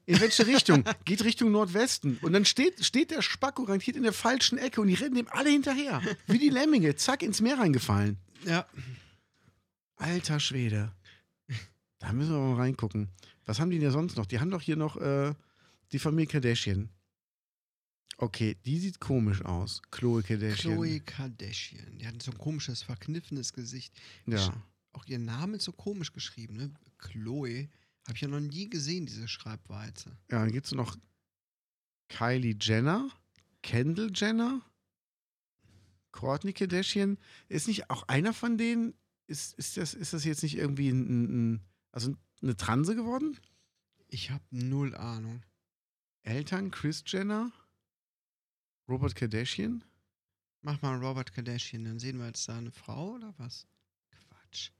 [SPEAKER 2] In
[SPEAKER 1] *laughs*
[SPEAKER 2] welche Richtung? Geht Richtung Nordwesten. Und dann steht, steht der Spacko garantiert in der falschen Ecke und die rennen dem alle hinterher. Wie die Lemminge, zack, ins Meer reingefallen.
[SPEAKER 1] Ja,
[SPEAKER 2] Alter Schwede. Da müssen wir mal reingucken. Was haben die denn sonst noch? Die haben doch hier noch äh, die Familie Kardashian. Okay, die sieht komisch aus. Chloe Kardashian.
[SPEAKER 1] Chloe Kardashian. Die hatten so ein komisches, verkniffenes Gesicht.
[SPEAKER 2] Ja.
[SPEAKER 1] Auch ihr Name ist so komisch geschrieben, ne? Chloe Habe ich ja noch nie gesehen, diese Schreibweise.
[SPEAKER 2] Ja, dann gibt es noch Kylie Jenner, Kendall Jenner, Kourtney Kardashian. Ist nicht auch einer von denen, ist, ist, das, ist das jetzt nicht irgendwie ein, ein, also eine Transe geworden?
[SPEAKER 1] Ich habe null Ahnung.
[SPEAKER 2] Eltern Chris Jenner, Robert Kardashian?
[SPEAKER 1] Mach mal Robert Kardashian, dann sehen wir jetzt da eine Frau oder was? Quatsch.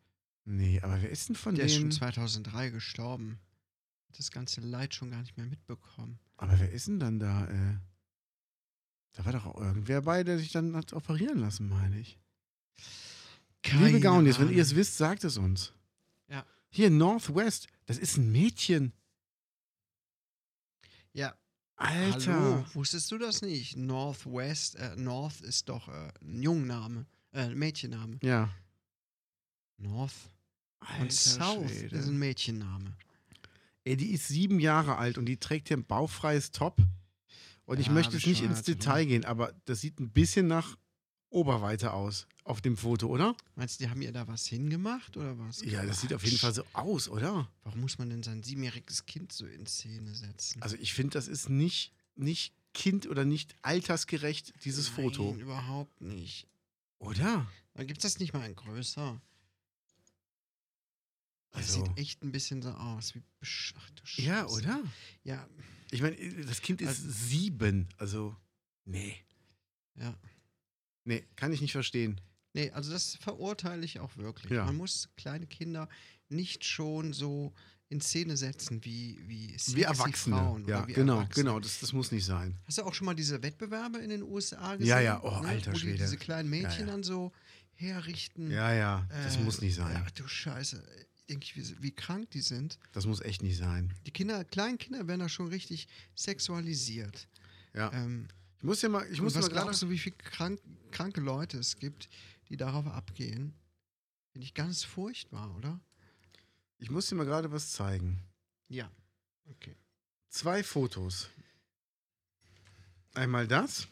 [SPEAKER 2] Nee, aber wer ist denn von
[SPEAKER 1] Der ist schon
[SPEAKER 2] denen?
[SPEAKER 1] 2003 gestorben. Hat das ganze Leid schon gar nicht mehr mitbekommen.
[SPEAKER 2] aber wer ist denn dann da? Äh, da war doch auch irgendwer bei, der sich dann hat operieren lassen, meine ich. Liebe Gaunis, wenn ihr es
[SPEAKER 1] Ahnung.
[SPEAKER 2] wisst, sagt es uns.
[SPEAKER 1] Ja.
[SPEAKER 2] Hier Northwest, das ist ein Mädchen.
[SPEAKER 1] Ja,
[SPEAKER 2] Alter.
[SPEAKER 1] Hallo, wusstest du das nicht? Northwest, äh, North ist doch äh, ein Jungenname, äh, ein Mädchenname.
[SPEAKER 2] Ja.
[SPEAKER 1] North
[SPEAKER 2] Alter
[SPEAKER 1] und South
[SPEAKER 2] Schwede.
[SPEAKER 1] ist ein Mädchenname.
[SPEAKER 2] Ey, die ist sieben Jahre alt und die trägt hier ein baufreies Top. Und ich
[SPEAKER 1] Ja,
[SPEAKER 2] möchte jetzt nicht
[SPEAKER 1] bescheuert,
[SPEAKER 2] ins Detail gehen, aber das sieht ein bisschen nach Oberweite aus auf dem Foto, oder?
[SPEAKER 1] Meinst du, die haben ihr da was hingemacht oder was?
[SPEAKER 2] Ja, das sieht auf jeden Fall so aus, oder?
[SPEAKER 1] Warum muss man denn sein siebenjähriges Kind so in Szene setzen?
[SPEAKER 2] Also ich finde, das ist nicht, nicht kind- oder nicht altersgerecht, dieses
[SPEAKER 1] Nein,
[SPEAKER 2] Foto.
[SPEAKER 1] überhaupt nicht.
[SPEAKER 2] Oder?
[SPEAKER 1] Dann gibt's das nicht mal in größer. Das
[SPEAKER 2] Also-
[SPEAKER 1] sieht echt ein bisschen so aus. Wie besch- Ach, du
[SPEAKER 2] Ja,
[SPEAKER 1] Scheiße.
[SPEAKER 2] oder?
[SPEAKER 1] Ja,
[SPEAKER 2] Ich meine, das Kind ist
[SPEAKER 1] Also-
[SPEAKER 2] sieben. Also, nee.
[SPEAKER 1] ja.
[SPEAKER 2] Nee, kann ich nicht verstehen.
[SPEAKER 1] Nee, also das verurteile ich auch wirklich.
[SPEAKER 2] Ja.
[SPEAKER 1] Man muss kleine Kinder nicht schon so in Szene setzen wie wie, sexy
[SPEAKER 2] Wir Erwachsene.
[SPEAKER 1] Frauen
[SPEAKER 2] ja,
[SPEAKER 1] oder wie
[SPEAKER 2] genau,
[SPEAKER 1] Erwachsene.
[SPEAKER 2] genau. Das, das muss nicht sein.
[SPEAKER 1] Hast du auch schon mal diese Wettbewerbe in den USA gesehen? Ne?
[SPEAKER 2] Ja, ja, oh, alter
[SPEAKER 1] Wo die
[SPEAKER 2] Schwede.
[SPEAKER 1] diese kleinen
[SPEAKER 2] ja.
[SPEAKER 1] Mädchen dann so herrichten.
[SPEAKER 2] Ja, ja, das
[SPEAKER 1] Hm. Äh,
[SPEAKER 2] muss nicht sein.
[SPEAKER 1] Ach du Scheiße, denke ich, wie, wie krank die sind.
[SPEAKER 2] Das muss echt nicht sein.
[SPEAKER 1] Die Kinder, kleinen Kinder werden da schon richtig sexualisiert.
[SPEAKER 2] Ja.
[SPEAKER 1] Ähm,
[SPEAKER 2] Ich muss ja mal, ich
[SPEAKER 1] und
[SPEAKER 2] muss mal
[SPEAKER 1] was
[SPEAKER 2] gerade.
[SPEAKER 1] glaubst du, wie viele krank, kranke Leute es gibt, die darauf abgehen? Finde ich ganz furchtbar, oder?
[SPEAKER 2] Ich muss dir mal gerade was zeigen.
[SPEAKER 1] Ja. Okay.
[SPEAKER 2] Zwei Fotos. Einmal das.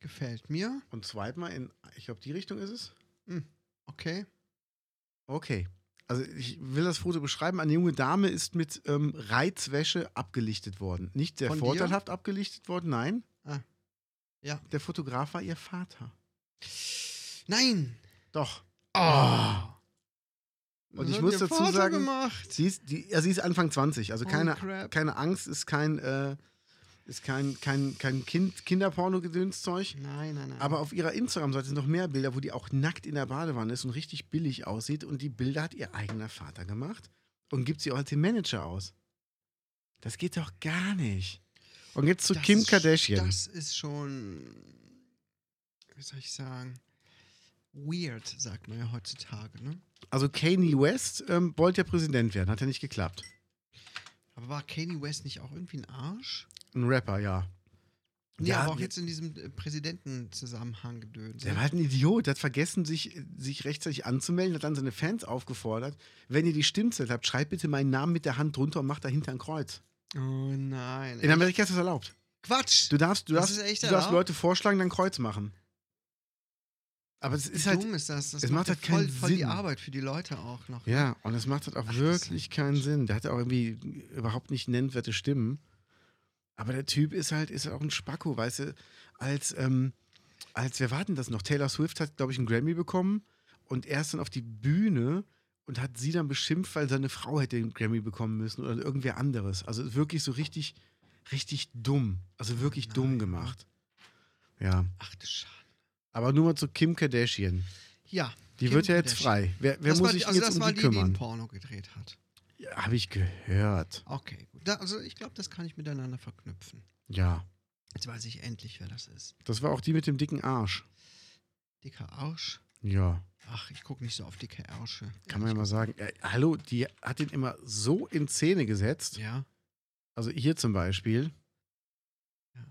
[SPEAKER 1] Gefällt mir.
[SPEAKER 2] Und zweimal in, ich glaube, die Richtung ist es.
[SPEAKER 1] Okay.
[SPEAKER 2] Okay. Also ich will das Foto beschreiben. Eine junge Dame ist mit ähm, Reizwäsche abgelichtet worden. Nicht sehr
[SPEAKER 1] Von dir?
[SPEAKER 2] vorteilhaft abgelichtet worden, nein.
[SPEAKER 1] Ah. Ja.
[SPEAKER 2] Der Fotograf war ihr Vater.
[SPEAKER 1] Nein!
[SPEAKER 2] Doch.
[SPEAKER 1] Oh.
[SPEAKER 2] Und ich muss dazu
[SPEAKER 1] Foto
[SPEAKER 2] sagen,
[SPEAKER 1] Gemacht.
[SPEAKER 2] sie ist, die, ja, sie ist Anfang 20. Also
[SPEAKER 1] Oh,
[SPEAKER 2] keine,
[SPEAKER 1] crap.
[SPEAKER 2] keine Angst, ist kein, äh, ist kein, kein, kein kind, Kinderporno-Gedönszeug.
[SPEAKER 1] Nein, nein, nein.
[SPEAKER 2] Aber auf ihrer Instagram-Seite sind noch mehr Bilder, wo die auch nackt in der Badewanne ist und richtig billig aussieht. Und die Bilder hat ihr eigener Vater gemacht und gibt sie auch als den Manager aus. Das geht doch gar nicht. Und jetzt zu
[SPEAKER 1] Das
[SPEAKER 2] Kim
[SPEAKER 1] ist-
[SPEAKER 2] Kardashian.
[SPEAKER 1] Das ist schon, wie soll ich sagen, weird, sagt man ja heutzutage. Ne?
[SPEAKER 2] Also Kanye West ähm, wollte ja Präsident werden, hat ja nicht geklappt.
[SPEAKER 1] Aber war Kanye West nicht auch irgendwie ein Arsch?
[SPEAKER 2] Ein Rapper, ja.
[SPEAKER 1] Nee,
[SPEAKER 2] Ja,
[SPEAKER 1] aber auch
[SPEAKER 2] der-
[SPEAKER 1] jetzt in diesem äh, Präsidentenzusammenhang ne? gedönt.
[SPEAKER 2] Der war halt ein Idiot, der hat vergessen, sich, sich rechtzeitig anzumelden, hat dann seine Fans aufgefordert, wenn ihr die Stimmzettel habt, schreibt bitte meinen Namen mit der Hand drunter und macht dahinter ein Kreuz.
[SPEAKER 1] Oh nein.
[SPEAKER 2] In Amerika ist das erlaubt.
[SPEAKER 1] Quatsch!
[SPEAKER 2] Du darfst, du
[SPEAKER 1] Das
[SPEAKER 2] darfst,
[SPEAKER 1] ist echt
[SPEAKER 2] du darfst
[SPEAKER 1] erlaubt?
[SPEAKER 2] Leute vorschlagen, dann Kreuz machen. Aber das ist
[SPEAKER 1] Wie
[SPEAKER 2] halt.
[SPEAKER 1] dumm ist das? Das
[SPEAKER 2] es macht
[SPEAKER 1] ja
[SPEAKER 2] halt
[SPEAKER 1] voll,
[SPEAKER 2] keinen
[SPEAKER 1] voll die
[SPEAKER 2] Sinn.
[SPEAKER 1] Arbeit für die Leute auch noch.
[SPEAKER 2] Ja, und das macht halt auch
[SPEAKER 1] Ach, das
[SPEAKER 2] wirklich
[SPEAKER 1] ist-
[SPEAKER 2] keinen Sinn. Der hat auch irgendwie überhaupt nicht nennwerte Stimmen. Aber der Typ ist halt, ist halt auch ein Spacko, weißt du, als, ähm, als, wir warten das noch? Taylor Swift hat, glaube ich, einen Grammy bekommen und er ist dann auf die Bühne und hat sie dann beschimpft, weil seine Frau hätte den Grammy bekommen müssen oder irgendwer anderes. Also wirklich so richtig, richtig dumm. Also wirklich dumm gemacht. Ja.
[SPEAKER 1] Ach du Schade.
[SPEAKER 2] Aber nur mal zu Kim Kardashian.
[SPEAKER 1] Ja.
[SPEAKER 2] Die
[SPEAKER 1] Kim
[SPEAKER 2] wird ja jetzt
[SPEAKER 1] Kardashian.
[SPEAKER 2] frei. Wer, wer
[SPEAKER 1] das
[SPEAKER 2] muss
[SPEAKER 1] war,
[SPEAKER 2] sich
[SPEAKER 1] also
[SPEAKER 2] jetzt
[SPEAKER 1] das
[SPEAKER 2] um
[SPEAKER 1] war
[SPEAKER 2] die,
[SPEAKER 1] die, die ein
[SPEAKER 2] kümmern?
[SPEAKER 1] Porno gedreht hat.
[SPEAKER 2] Ja, Habe ich gehört.
[SPEAKER 1] Okay, gut. Da, also ich glaube, das kann ich miteinander verknüpfen.
[SPEAKER 2] Ja.
[SPEAKER 1] Jetzt weiß ich endlich, wer das ist.
[SPEAKER 2] Das war auch die mit dem dicken Arsch.
[SPEAKER 1] Dicker Arsch.
[SPEAKER 2] Ja.
[SPEAKER 1] Ach, ich gucke nicht so auf dicke Ärsche.
[SPEAKER 2] Kann man ja mal sagen. Äh, hallo, die hat ihn immer so in Szene gesetzt.
[SPEAKER 1] Ja.
[SPEAKER 2] Also hier zum Beispiel.
[SPEAKER 1] Ja.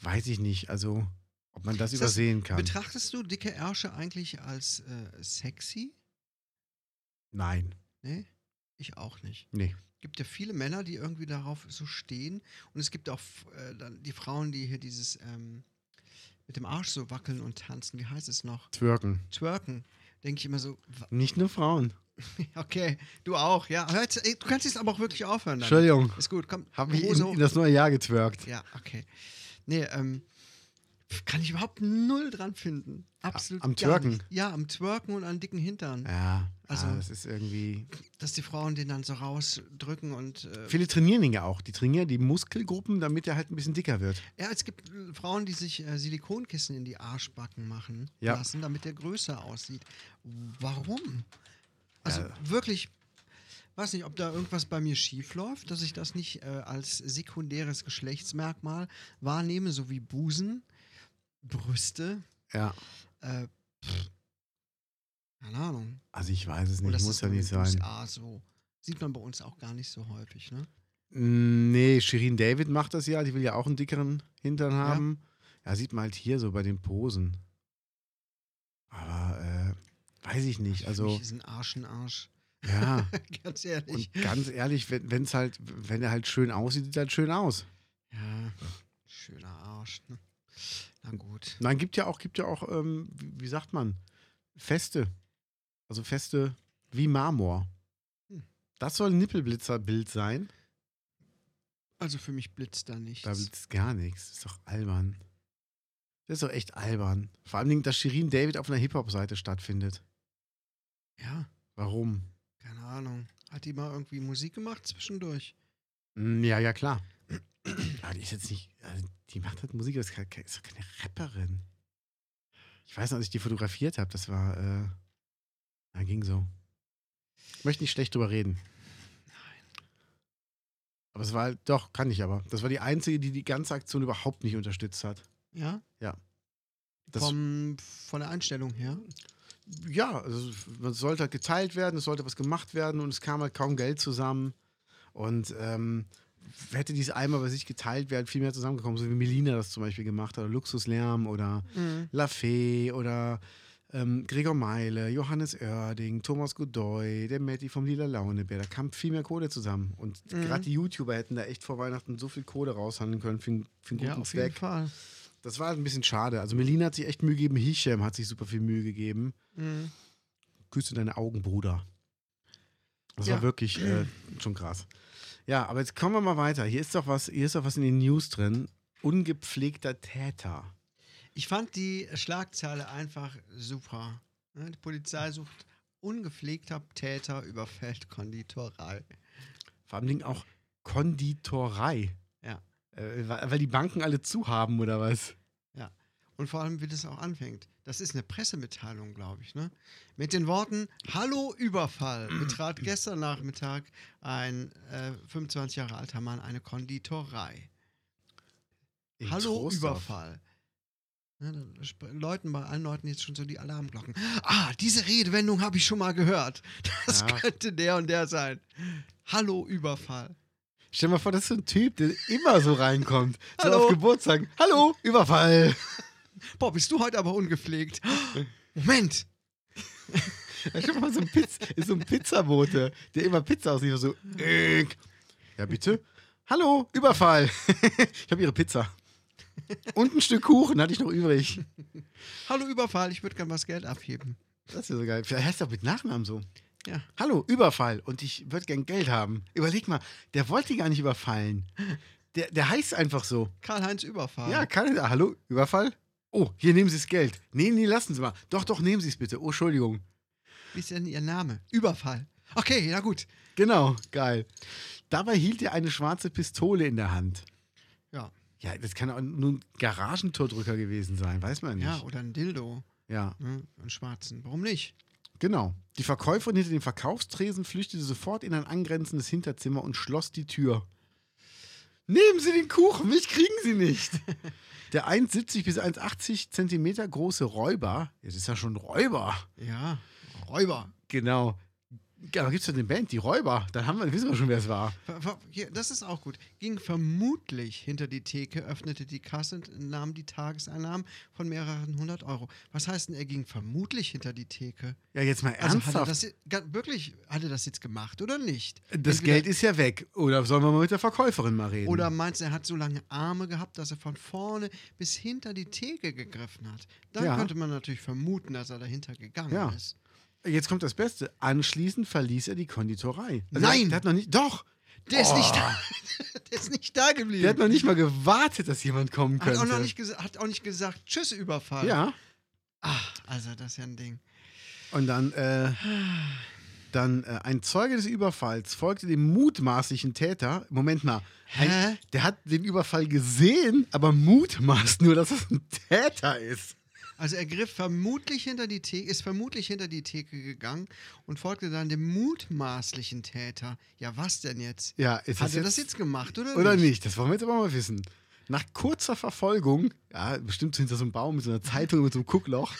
[SPEAKER 2] Weiß ich nicht, also ob man das
[SPEAKER 1] Ist das
[SPEAKER 2] übersehen kann.
[SPEAKER 1] Betrachtest du dicke Ärsche eigentlich als äh, sexy?
[SPEAKER 2] Nein.
[SPEAKER 1] Nee? Ich auch nicht.
[SPEAKER 2] Nee.
[SPEAKER 1] Gibt ja viele Männer, die irgendwie darauf so stehen. Und es gibt auch äh, dann die Frauen, die hier dieses ähm, mit dem Arsch so wackeln und tanzen. Wie heißt es noch?
[SPEAKER 2] Twerken.
[SPEAKER 1] Twerken. denke ich immer so, wa- *laughs*
[SPEAKER 2] Nicht nur Frauen.
[SPEAKER 1] okay, du auch, ja. Hör jetzt- ey, Du kannst jetzt aber auch wirklich aufhören. Dann.
[SPEAKER 2] Entschuldigung.
[SPEAKER 1] Ist gut, komm.
[SPEAKER 2] Habe ich
[SPEAKER 1] Hose
[SPEAKER 2] in,
[SPEAKER 1] hoch.
[SPEAKER 2] in das neue Jahr getwerkt.
[SPEAKER 1] Ja, okay. Nee, ähm, pf, kann ich überhaupt null dran finden. Absolut.
[SPEAKER 2] am
[SPEAKER 1] gar
[SPEAKER 2] Twerken?
[SPEAKER 1] nicht. Ja, am Twerken und an dicken Hintern.
[SPEAKER 2] Ja,
[SPEAKER 1] Also-
[SPEAKER 2] also das ist irgendwie.
[SPEAKER 1] Dass die Frauen den dann so rausdrücken und. Äh,
[SPEAKER 2] Viele trainieren ihn ja auch. Die trainieren die Muskelgruppen, damit er halt ein bisschen dicker wird.
[SPEAKER 1] ja, es gibt äh, Frauen, die sich äh, Silikonkissen in die Arschbacken machen
[SPEAKER 2] Ja.
[SPEAKER 1] lassen, damit der größer aussieht. Warum? Also
[SPEAKER 2] Ja.
[SPEAKER 1] wirklich. Weiß nicht, ob da irgendwas bei mir schief läuft, dass ich das nicht äh, als sekundäres Geschlechtsmerkmal wahrnehme, so wie Busen, Brüste,
[SPEAKER 2] Ja.
[SPEAKER 1] Äh, pff. keine Ahnung.
[SPEAKER 2] Also ich weiß es
[SPEAKER 1] Oder
[SPEAKER 2] nicht,
[SPEAKER 1] ist
[SPEAKER 2] muss
[SPEAKER 1] Oh, das
[SPEAKER 2] ja
[SPEAKER 1] nur
[SPEAKER 2] nicht
[SPEAKER 1] in den
[SPEAKER 2] sein.
[SPEAKER 1] USA so. Sieht man bei uns auch gar nicht so häufig, ne?
[SPEAKER 2] Mm, Nee, Shirin David macht das ja, die will ja auch einen dickeren Hintern haben. Ja, sieht man halt hier so bei den Posen. Aber äh, weiß ich nicht.
[SPEAKER 1] Für
[SPEAKER 2] Also,
[SPEAKER 1] mich ist ein Arsch ein Arsch. *laughs*
[SPEAKER 2] ja.
[SPEAKER 1] Ganz ehrlich.
[SPEAKER 2] Und ganz ehrlich, wenn wenn's halt, wenn er halt schön aussieht, sieht er halt schön aus.
[SPEAKER 1] Ja, schöner Arsch. Ne? Na gut.
[SPEAKER 2] Nein, gibt ja auch, gibt ja auch, ähm, wie wie sagt man, Feste. Also Feste wie Marmor.
[SPEAKER 1] Hm.
[SPEAKER 2] Das soll ein Nippelblitzerbild sein.
[SPEAKER 1] Also für mich blitzt da nichts.
[SPEAKER 2] Da blitzt gar nichts. Ist doch albern. Das ist doch echt albern. Vor allem, dass Shirin David auf einer Hip-Hop-Seite stattfindet.
[SPEAKER 1] ja,
[SPEAKER 2] Warum?
[SPEAKER 1] keine Ahnung. Hat die mal irgendwie Musik gemacht zwischendurch?
[SPEAKER 2] Mm, Ja, ja, klar. Aber die ist jetzt nicht. Also die macht halt Musik, das ist keine, ist doch keine Rapperin. Ich weiß noch, als ich die fotografiert habe, das war. Äh, na, ging so. Ich möchte nicht schlecht drüber reden.
[SPEAKER 1] Nein.
[SPEAKER 2] Aber es war halt, doch, kann ich aber. Das war die einzige, die die ganze Aktion überhaupt nicht unterstützt hat.
[SPEAKER 1] Ja?
[SPEAKER 2] Ja. Das-
[SPEAKER 1] Vom, von der Einstellung her.
[SPEAKER 2] ja, also es sollte halt geteilt werden, es sollte was gemacht werden und es kam halt kaum Geld zusammen. Und ähm, hätte dies einmal bei sich geteilt, wäre halt viel mehr zusammengekommen, so wie Melina das zum Beispiel gemacht hat, oder Luxuslärm oder
[SPEAKER 1] Mhm.
[SPEAKER 2] La Fee oder ähm, Gregor Meile, Johannes Oerding, Thomas Godoy, der Matti vom Lila Launebär. Da kam viel mehr Kohle zusammen. Und
[SPEAKER 1] Mhm.
[SPEAKER 2] gerade die YouTuber hätten da echt vor Weihnachten so viel Kohle raushandeln können für, einen- für einen guten
[SPEAKER 1] Ja, auf jeden
[SPEAKER 2] Zweck.
[SPEAKER 1] Fall.
[SPEAKER 2] Das war halt ein bisschen schade. Also Melina hat sich echt Mühe gegeben, Hichem hat sich super viel Mühe gegeben.
[SPEAKER 1] Mhm.
[SPEAKER 2] Küsse deine Augen, Bruder. Das
[SPEAKER 1] Ja.
[SPEAKER 2] war wirklich äh, schon krass. Ja, aber jetzt kommen wir mal weiter. Hier ist doch was, hier ist doch was in den News drin. Ungepflegter Täter.
[SPEAKER 1] Ich fand die Schlagzeile einfach super. Ne, Die Polizei sucht ungepflegter Täter überfällt Konditorei.
[SPEAKER 2] Vor allem Dingen auch Konditorei.
[SPEAKER 1] Ja.
[SPEAKER 2] Äh, weil weil die Banken alle zu haben oder was?
[SPEAKER 1] Und vor allem, wie das auch anfängt. Das ist eine Pressemitteilung, glaube ich. Ne? Mit den Worten: Hallo Überfall betrat gestern Nachmittag ein äh, 25 Jahre alter Mann eine Konditorei.
[SPEAKER 2] In
[SPEAKER 1] Hallo
[SPEAKER 2] Troisdorf.
[SPEAKER 1] Überfall. Ne, da sp- läuten bei allen Leuten jetzt schon so die Alarmglocken. Ah, diese Redewendung habe ich schon mal gehört. *laughs* Das
[SPEAKER 2] Ja.
[SPEAKER 1] könnte der und der sein. Hallo Überfall.
[SPEAKER 2] Stell dir mal vor, das ist so ein Typ, der immer so reinkommt. so
[SPEAKER 1] Hallo.
[SPEAKER 2] auf Geburtstag. Hallo, Überfall.
[SPEAKER 1] Boah, bist du heute aber ungepflegt.
[SPEAKER 2] *laughs*
[SPEAKER 1] Moment.
[SPEAKER 2] Stell dir mal so ein, Piz ist so ein Pizzabote, der immer Pizza ausliefert. So, "Ick." ja bitte. Hallo, Überfall. ich habe ihre Pizza. Und ein Stück Kuchen hatte ich noch übrig.
[SPEAKER 1] Hallo Überfall, ich würde gern was Geld abheben.
[SPEAKER 2] Das wäre so geil. Vielleicht heißt er mit Nachnamen so.
[SPEAKER 1] Ja.
[SPEAKER 2] Hallo, Überfall und ich würde gern Geld haben. Überleg mal, der wollte gar nicht überfallen. Der, der heißt einfach so.
[SPEAKER 1] Karl-Heinz Überfall.
[SPEAKER 2] Ja, kann er. Hallo, Überfall? Oh, hier nehmen Sie das Geld. Nee, nee, lassen Sie mal. Doch, doch, nehmen Sie es bitte. Oh, Entschuldigung.
[SPEAKER 1] Wie ist denn Ihr Name? Überfall. Okay, na gut.
[SPEAKER 2] Genau, geil. Dabei hielt er eine schwarze Pistole in der Hand.
[SPEAKER 1] Ja.
[SPEAKER 2] Ja, das kann auch nur ein Garagentordrücker gewesen sein, weiß man nicht.
[SPEAKER 1] Ja, oder ein Dildo.
[SPEAKER 2] ja.
[SPEAKER 1] Ne? Einen schwarzen. Warum nicht?
[SPEAKER 2] Genau. Die Verkäuferin hinter dem Verkaufstresen flüchtete sofort in ein angrenzendes Hinterzimmer und schloss die Tür. Nehmen Sie den Kuchen, mich kriegen
[SPEAKER 1] *laughs*
[SPEAKER 2] Sie nicht. Der 1,70 bis 1,80 Zentimeter große Räuber, jetzt ist ja schon Räuber,
[SPEAKER 1] Ja, Räuber.
[SPEAKER 2] genau. Ja, da gibt es ja eine Band, die Räuber. Dann haben wir, wissen wir schon, wer es war.
[SPEAKER 1] Ver- ver- hier, Das ist auch gut. Ging vermutlich hinter die Theke, öffnete die Kasse und nahm die Tageseinnahmen von mehreren hundert Euro. Was heißt denn, er ging vermutlich hinter die Theke?
[SPEAKER 2] Ja, jetzt mal
[SPEAKER 1] Also hat er
[SPEAKER 2] ernsthaft.
[SPEAKER 1] das, je- ga- wirklich, hat er das jetzt gemacht oder nicht?
[SPEAKER 2] das
[SPEAKER 1] Entweder-
[SPEAKER 2] Geld ist ja weg. Oder sollen wir mal mit der Verkäuferin mal reden?
[SPEAKER 1] Oder meinst du, er hat so lange Arme gehabt, dass er von vorne bis hinter die Theke gegriffen hat? Dann
[SPEAKER 2] Ja.
[SPEAKER 1] könnte man natürlich vermuten, dass er dahinter gegangen
[SPEAKER 2] Ja.
[SPEAKER 1] ist.
[SPEAKER 2] Jetzt kommt das Beste. Anschließend verließ er die Konditorei. Also,
[SPEAKER 1] Nein!
[SPEAKER 2] Der hat noch nicht. Doch!
[SPEAKER 1] Der ist,
[SPEAKER 2] Oh.
[SPEAKER 1] nicht da, *laughs* der ist nicht da geblieben.
[SPEAKER 2] Der hat noch nicht mal gewartet, dass jemand kommen
[SPEAKER 1] Hat
[SPEAKER 2] könnte.
[SPEAKER 1] auch, noch nicht gesa- hat auch nicht gesagt, tschüss, Überfall.
[SPEAKER 2] ja.
[SPEAKER 1] Ah, also das ist ja ein Ding.
[SPEAKER 2] Und dann, äh, dann äh, ein Zeuge des Überfalls folgte dem mutmaßlichen Täter. Moment mal. Ein,
[SPEAKER 1] Hä?
[SPEAKER 2] der hat den Überfall gesehen, aber mutmaßt nur, dass es ein Täter ist.
[SPEAKER 1] Also er griff vermutlich hinter die Theke, ist vermutlich hinter die Theke gegangen und folgte dann dem mutmaßlichen Täter. Ja, was denn jetzt?
[SPEAKER 2] Ja, ist
[SPEAKER 1] Hat
[SPEAKER 2] das
[SPEAKER 1] er
[SPEAKER 2] jetzt,
[SPEAKER 1] das jetzt gemacht oder,
[SPEAKER 2] oder nicht? Das wollen wir jetzt aber mal wissen. Nach kurzer Verfolgung, ja, bestimmt hinter so einem Baum mit so einer Zeitung mit so einem Guckloch,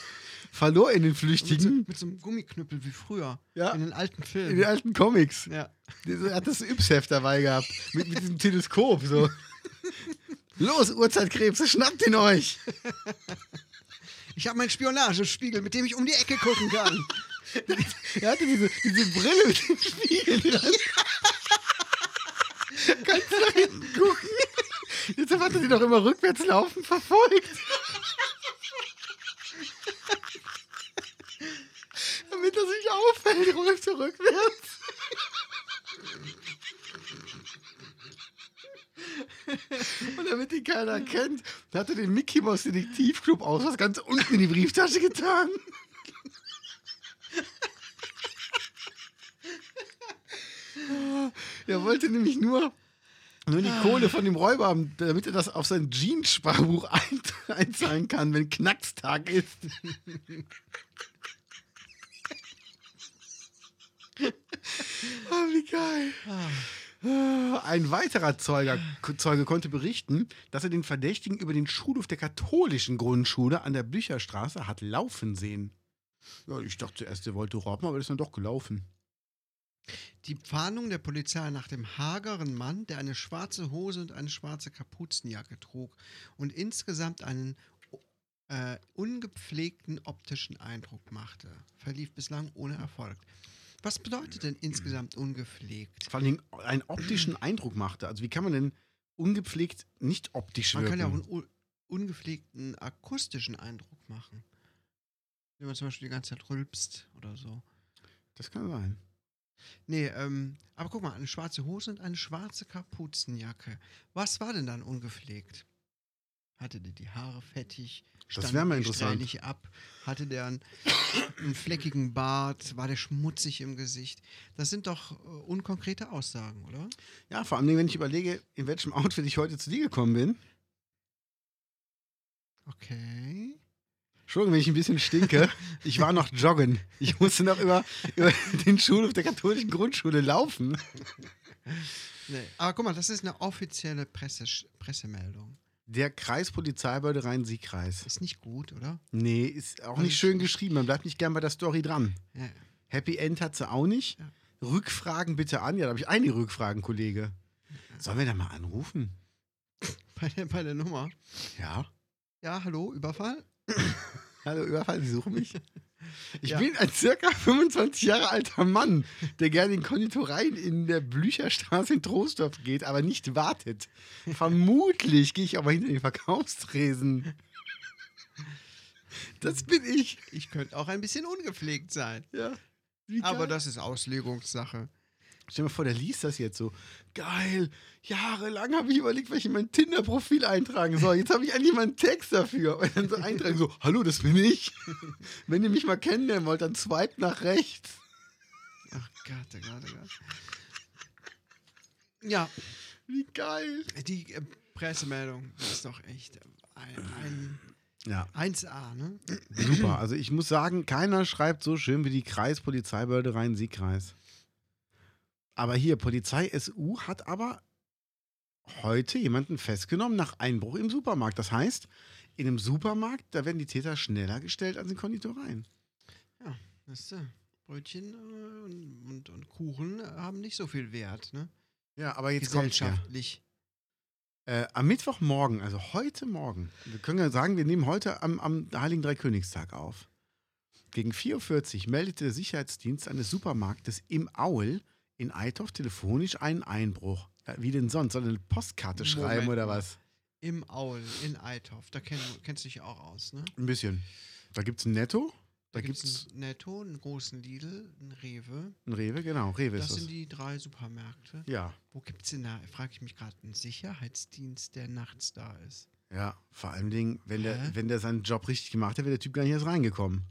[SPEAKER 2] verlor er den
[SPEAKER 1] Mit so,
[SPEAKER 2] Flüchtigen
[SPEAKER 1] mit so einem Gummiknüppel wie früher.
[SPEAKER 2] Ja.
[SPEAKER 1] In den alten
[SPEAKER 2] in
[SPEAKER 1] Filmen.
[SPEAKER 2] den alten Comics.
[SPEAKER 1] Ja.
[SPEAKER 2] Er hat das Yps-Heft dabei gehabt. Mit, mit diesem Teleskop. So. *laughs* Los, Urzeitkrebse, schnappt ihn euch!
[SPEAKER 1] Ich habe meinen Spionagespiegel, mit dem ich um die Ecke gucken kann.
[SPEAKER 2] *laughs* Er hatte diese, diese Brille mit dem Spiegel dran. Kannst nach hinten gucken. Deshalb hat er die doch immer rückwärts laufen verfolgt. Damit er sich auffällt, läuft er rückwärts. Und damit ihn keiner kennt, hat er den Mickey Mouse Detektivclub aus was ganz unten in die Brieftasche getan. Er wollte nämlich nur, nur die Kohle von dem Räuber haben, damit er das auf sein Jeans-Sparbuch ein, einzahlen kann, wenn Knackstag ist. oh, wie geil. Ein weiterer Zeuge, Zeuge konnte berichten, dass er den Verdächtigen über den Schulhof der katholischen Grundschule an der Bücherstraße hat laufen sehen. Ja, ich dachte zuerst, er wollte rauben, aber er ist dann doch gelaufen.
[SPEAKER 1] Die Fahndung der Polizei nach dem hageren Mann, der eine schwarze Hose und eine schwarze Kapuzenjacke trug und insgesamt einen äh, ungepflegten optischen Eindruck machte, verlief bislang ohne Erfolg. Was bedeutet denn insgesamt ungepflegt?
[SPEAKER 2] vor allen Dingen einen optischen Eindruck machte. Also wie kann man denn ungepflegt nicht optisch
[SPEAKER 1] Man
[SPEAKER 2] wirken?
[SPEAKER 1] kann ja auch einen u- ungepflegten akustischen Eindruck machen. Wenn man zum Beispiel die ganze Zeit rülpst oder so.
[SPEAKER 2] das kann sein.
[SPEAKER 1] Nee, ähm, aber guck mal, eine schwarze Hose und eine schwarze Kapuzenjacke. Was war denn dann ungepflegt? Hatte der die Haare fettig?
[SPEAKER 2] Das
[SPEAKER 1] Standen
[SPEAKER 2] wär mal
[SPEAKER 1] die
[SPEAKER 2] interessant.
[SPEAKER 1] strähnig ab? Hatte der einen, einen fleckigen Bart? War der schmutzig im Gesicht? Das sind doch äh, unkonkrete Aussagen, oder?
[SPEAKER 2] Ja, vor allem, wenn ich überlege, in welchem Outfit ich heute zu dir gekommen bin.
[SPEAKER 1] Okay.
[SPEAKER 2] Entschuldigung, wenn ich ein bisschen stinke. Ich war noch joggen. Ich musste noch über, über den Schulhof der katholischen Grundschule laufen.
[SPEAKER 1] Nee. Aber guck mal, das ist eine offizielle Presse Pressemeldung.
[SPEAKER 2] Der Kreispolizeibehörde Rhein-Sieg-Kreis.
[SPEAKER 1] Ist nicht gut, oder?
[SPEAKER 2] Nee, ist auch nicht schön geschrieben. Man bleibt nicht gern bei der Story dran.
[SPEAKER 1] Ja. *laughs*
[SPEAKER 2] Happy End hat sie auch nicht.
[SPEAKER 1] Ja.
[SPEAKER 2] Rückfragen bitte an. Ja, da habe ich einige Rückfragen, Kollege. Sollen wir da mal anrufen?
[SPEAKER 1] Bei, der, bei der Nummer.
[SPEAKER 2] Ja.
[SPEAKER 1] Ja, hallo, Überfall?
[SPEAKER 2] Hallo Überfall, Sie suchen mich? Ich
[SPEAKER 1] Ja.
[SPEAKER 2] bin ein circa 25 Jahre alter Mann, der gerne in Konditoreien in der Blücherstraße in Troisdorf geht, aber nicht wartet. Vermutlich gehe ich aber hinter den Verkaufstresen. Das bin ich.
[SPEAKER 1] Ich könnte auch ein bisschen ungepflegt sein.
[SPEAKER 2] Ja. Wie geil.
[SPEAKER 1] Aber das ist Auslegungssache.
[SPEAKER 2] Stell dir mal vor, der liest das jetzt so. Geil, jahrelang habe ich überlegt, was ich in mein Tinder-Profil eintragen soll. Jetzt habe ich endlich mal einen Text dafür. Und dann so eintragen, so, hallo, das bin ich. *laughs* Wenn ihr mich mal kennenlernen wollt, dann swipe nach rechts.
[SPEAKER 1] Ach Gott, oh Gott, oh Gott. Ja,
[SPEAKER 2] Wie geil.
[SPEAKER 1] die äh, Pressemeldung ist doch echt ein,
[SPEAKER 2] Ja,
[SPEAKER 1] ein 1A, ne?
[SPEAKER 2] super. Also ich muss sagen, keiner schreibt so schön wie die Kreispolizeibehörde Rhein-Sieg-Kreis. Aber hier, Polizei-SU hat aber heute jemanden festgenommen nach Einbruch im Supermarkt. Das heißt, in einem Supermarkt, da werden die Täter schneller gestellt als in Konditoreien.
[SPEAKER 1] Weißt du, Brötchen äh, und, und, und Kuchen äh, haben nicht so viel Wert, ne?
[SPEAKER 2] Ja, aber jetzt kommt ja.
[SPEAKER 1] Gesellschaftlich.
[SPEAKER 2] Äh, am Mittwochmorgen, also heute Morgen, wir können ja sagen, wir nehmen heute am, am Heiligen Dreikönigstag auf. Gegen 4.40 Uhr meldete der Sicherheitsdienst eines Supermarktes im Aul in Eitorf telefonisch einen Einbruch. Ja, wie denn sonst? Soll er eine Postkarte
[SPEAKER 1] Moment
[SPEAKER 2] schreiben oder
[SPEAKER 1] mal.
[SPEAKER 2] was?
[SPEAKER 1] Im Aul, in Eithoff, da kenn, kennst du dich auch aus, ne?
[SPEAKER 2] Ein bisschen. Da gibt es ein Netto
[SPEAKER 1] Da,
[SPEAKER 2] Da
[SPEAKER 1] gibt
[SPEAKER 2] gibt's-
[SPEAKER 1] es einen Netto, einen großen Lidl, einen Rewe.
[SPEAKER 2] Ein Rewe, genau, Rewe
[SPEAKER 1] Das
[SPEAKER 2] ist das.
[SPEAKER 1] sind die drei Supermärkte.
[SPEAKER 2] Ja,
[SPEAKER 1] Wo gibt es denn da, frage ich mich gerade, einen Sicherheitsdienst, der nachts da ist?
[SPEAKER 2] ja. Vor allem Dingen, wenn
[SPEAKER 1] Hä?
[SPEAKER 2] der, wenn der seinen Job richtig gemacht hätte, wäre der Typ gar nicht erst reingekommen.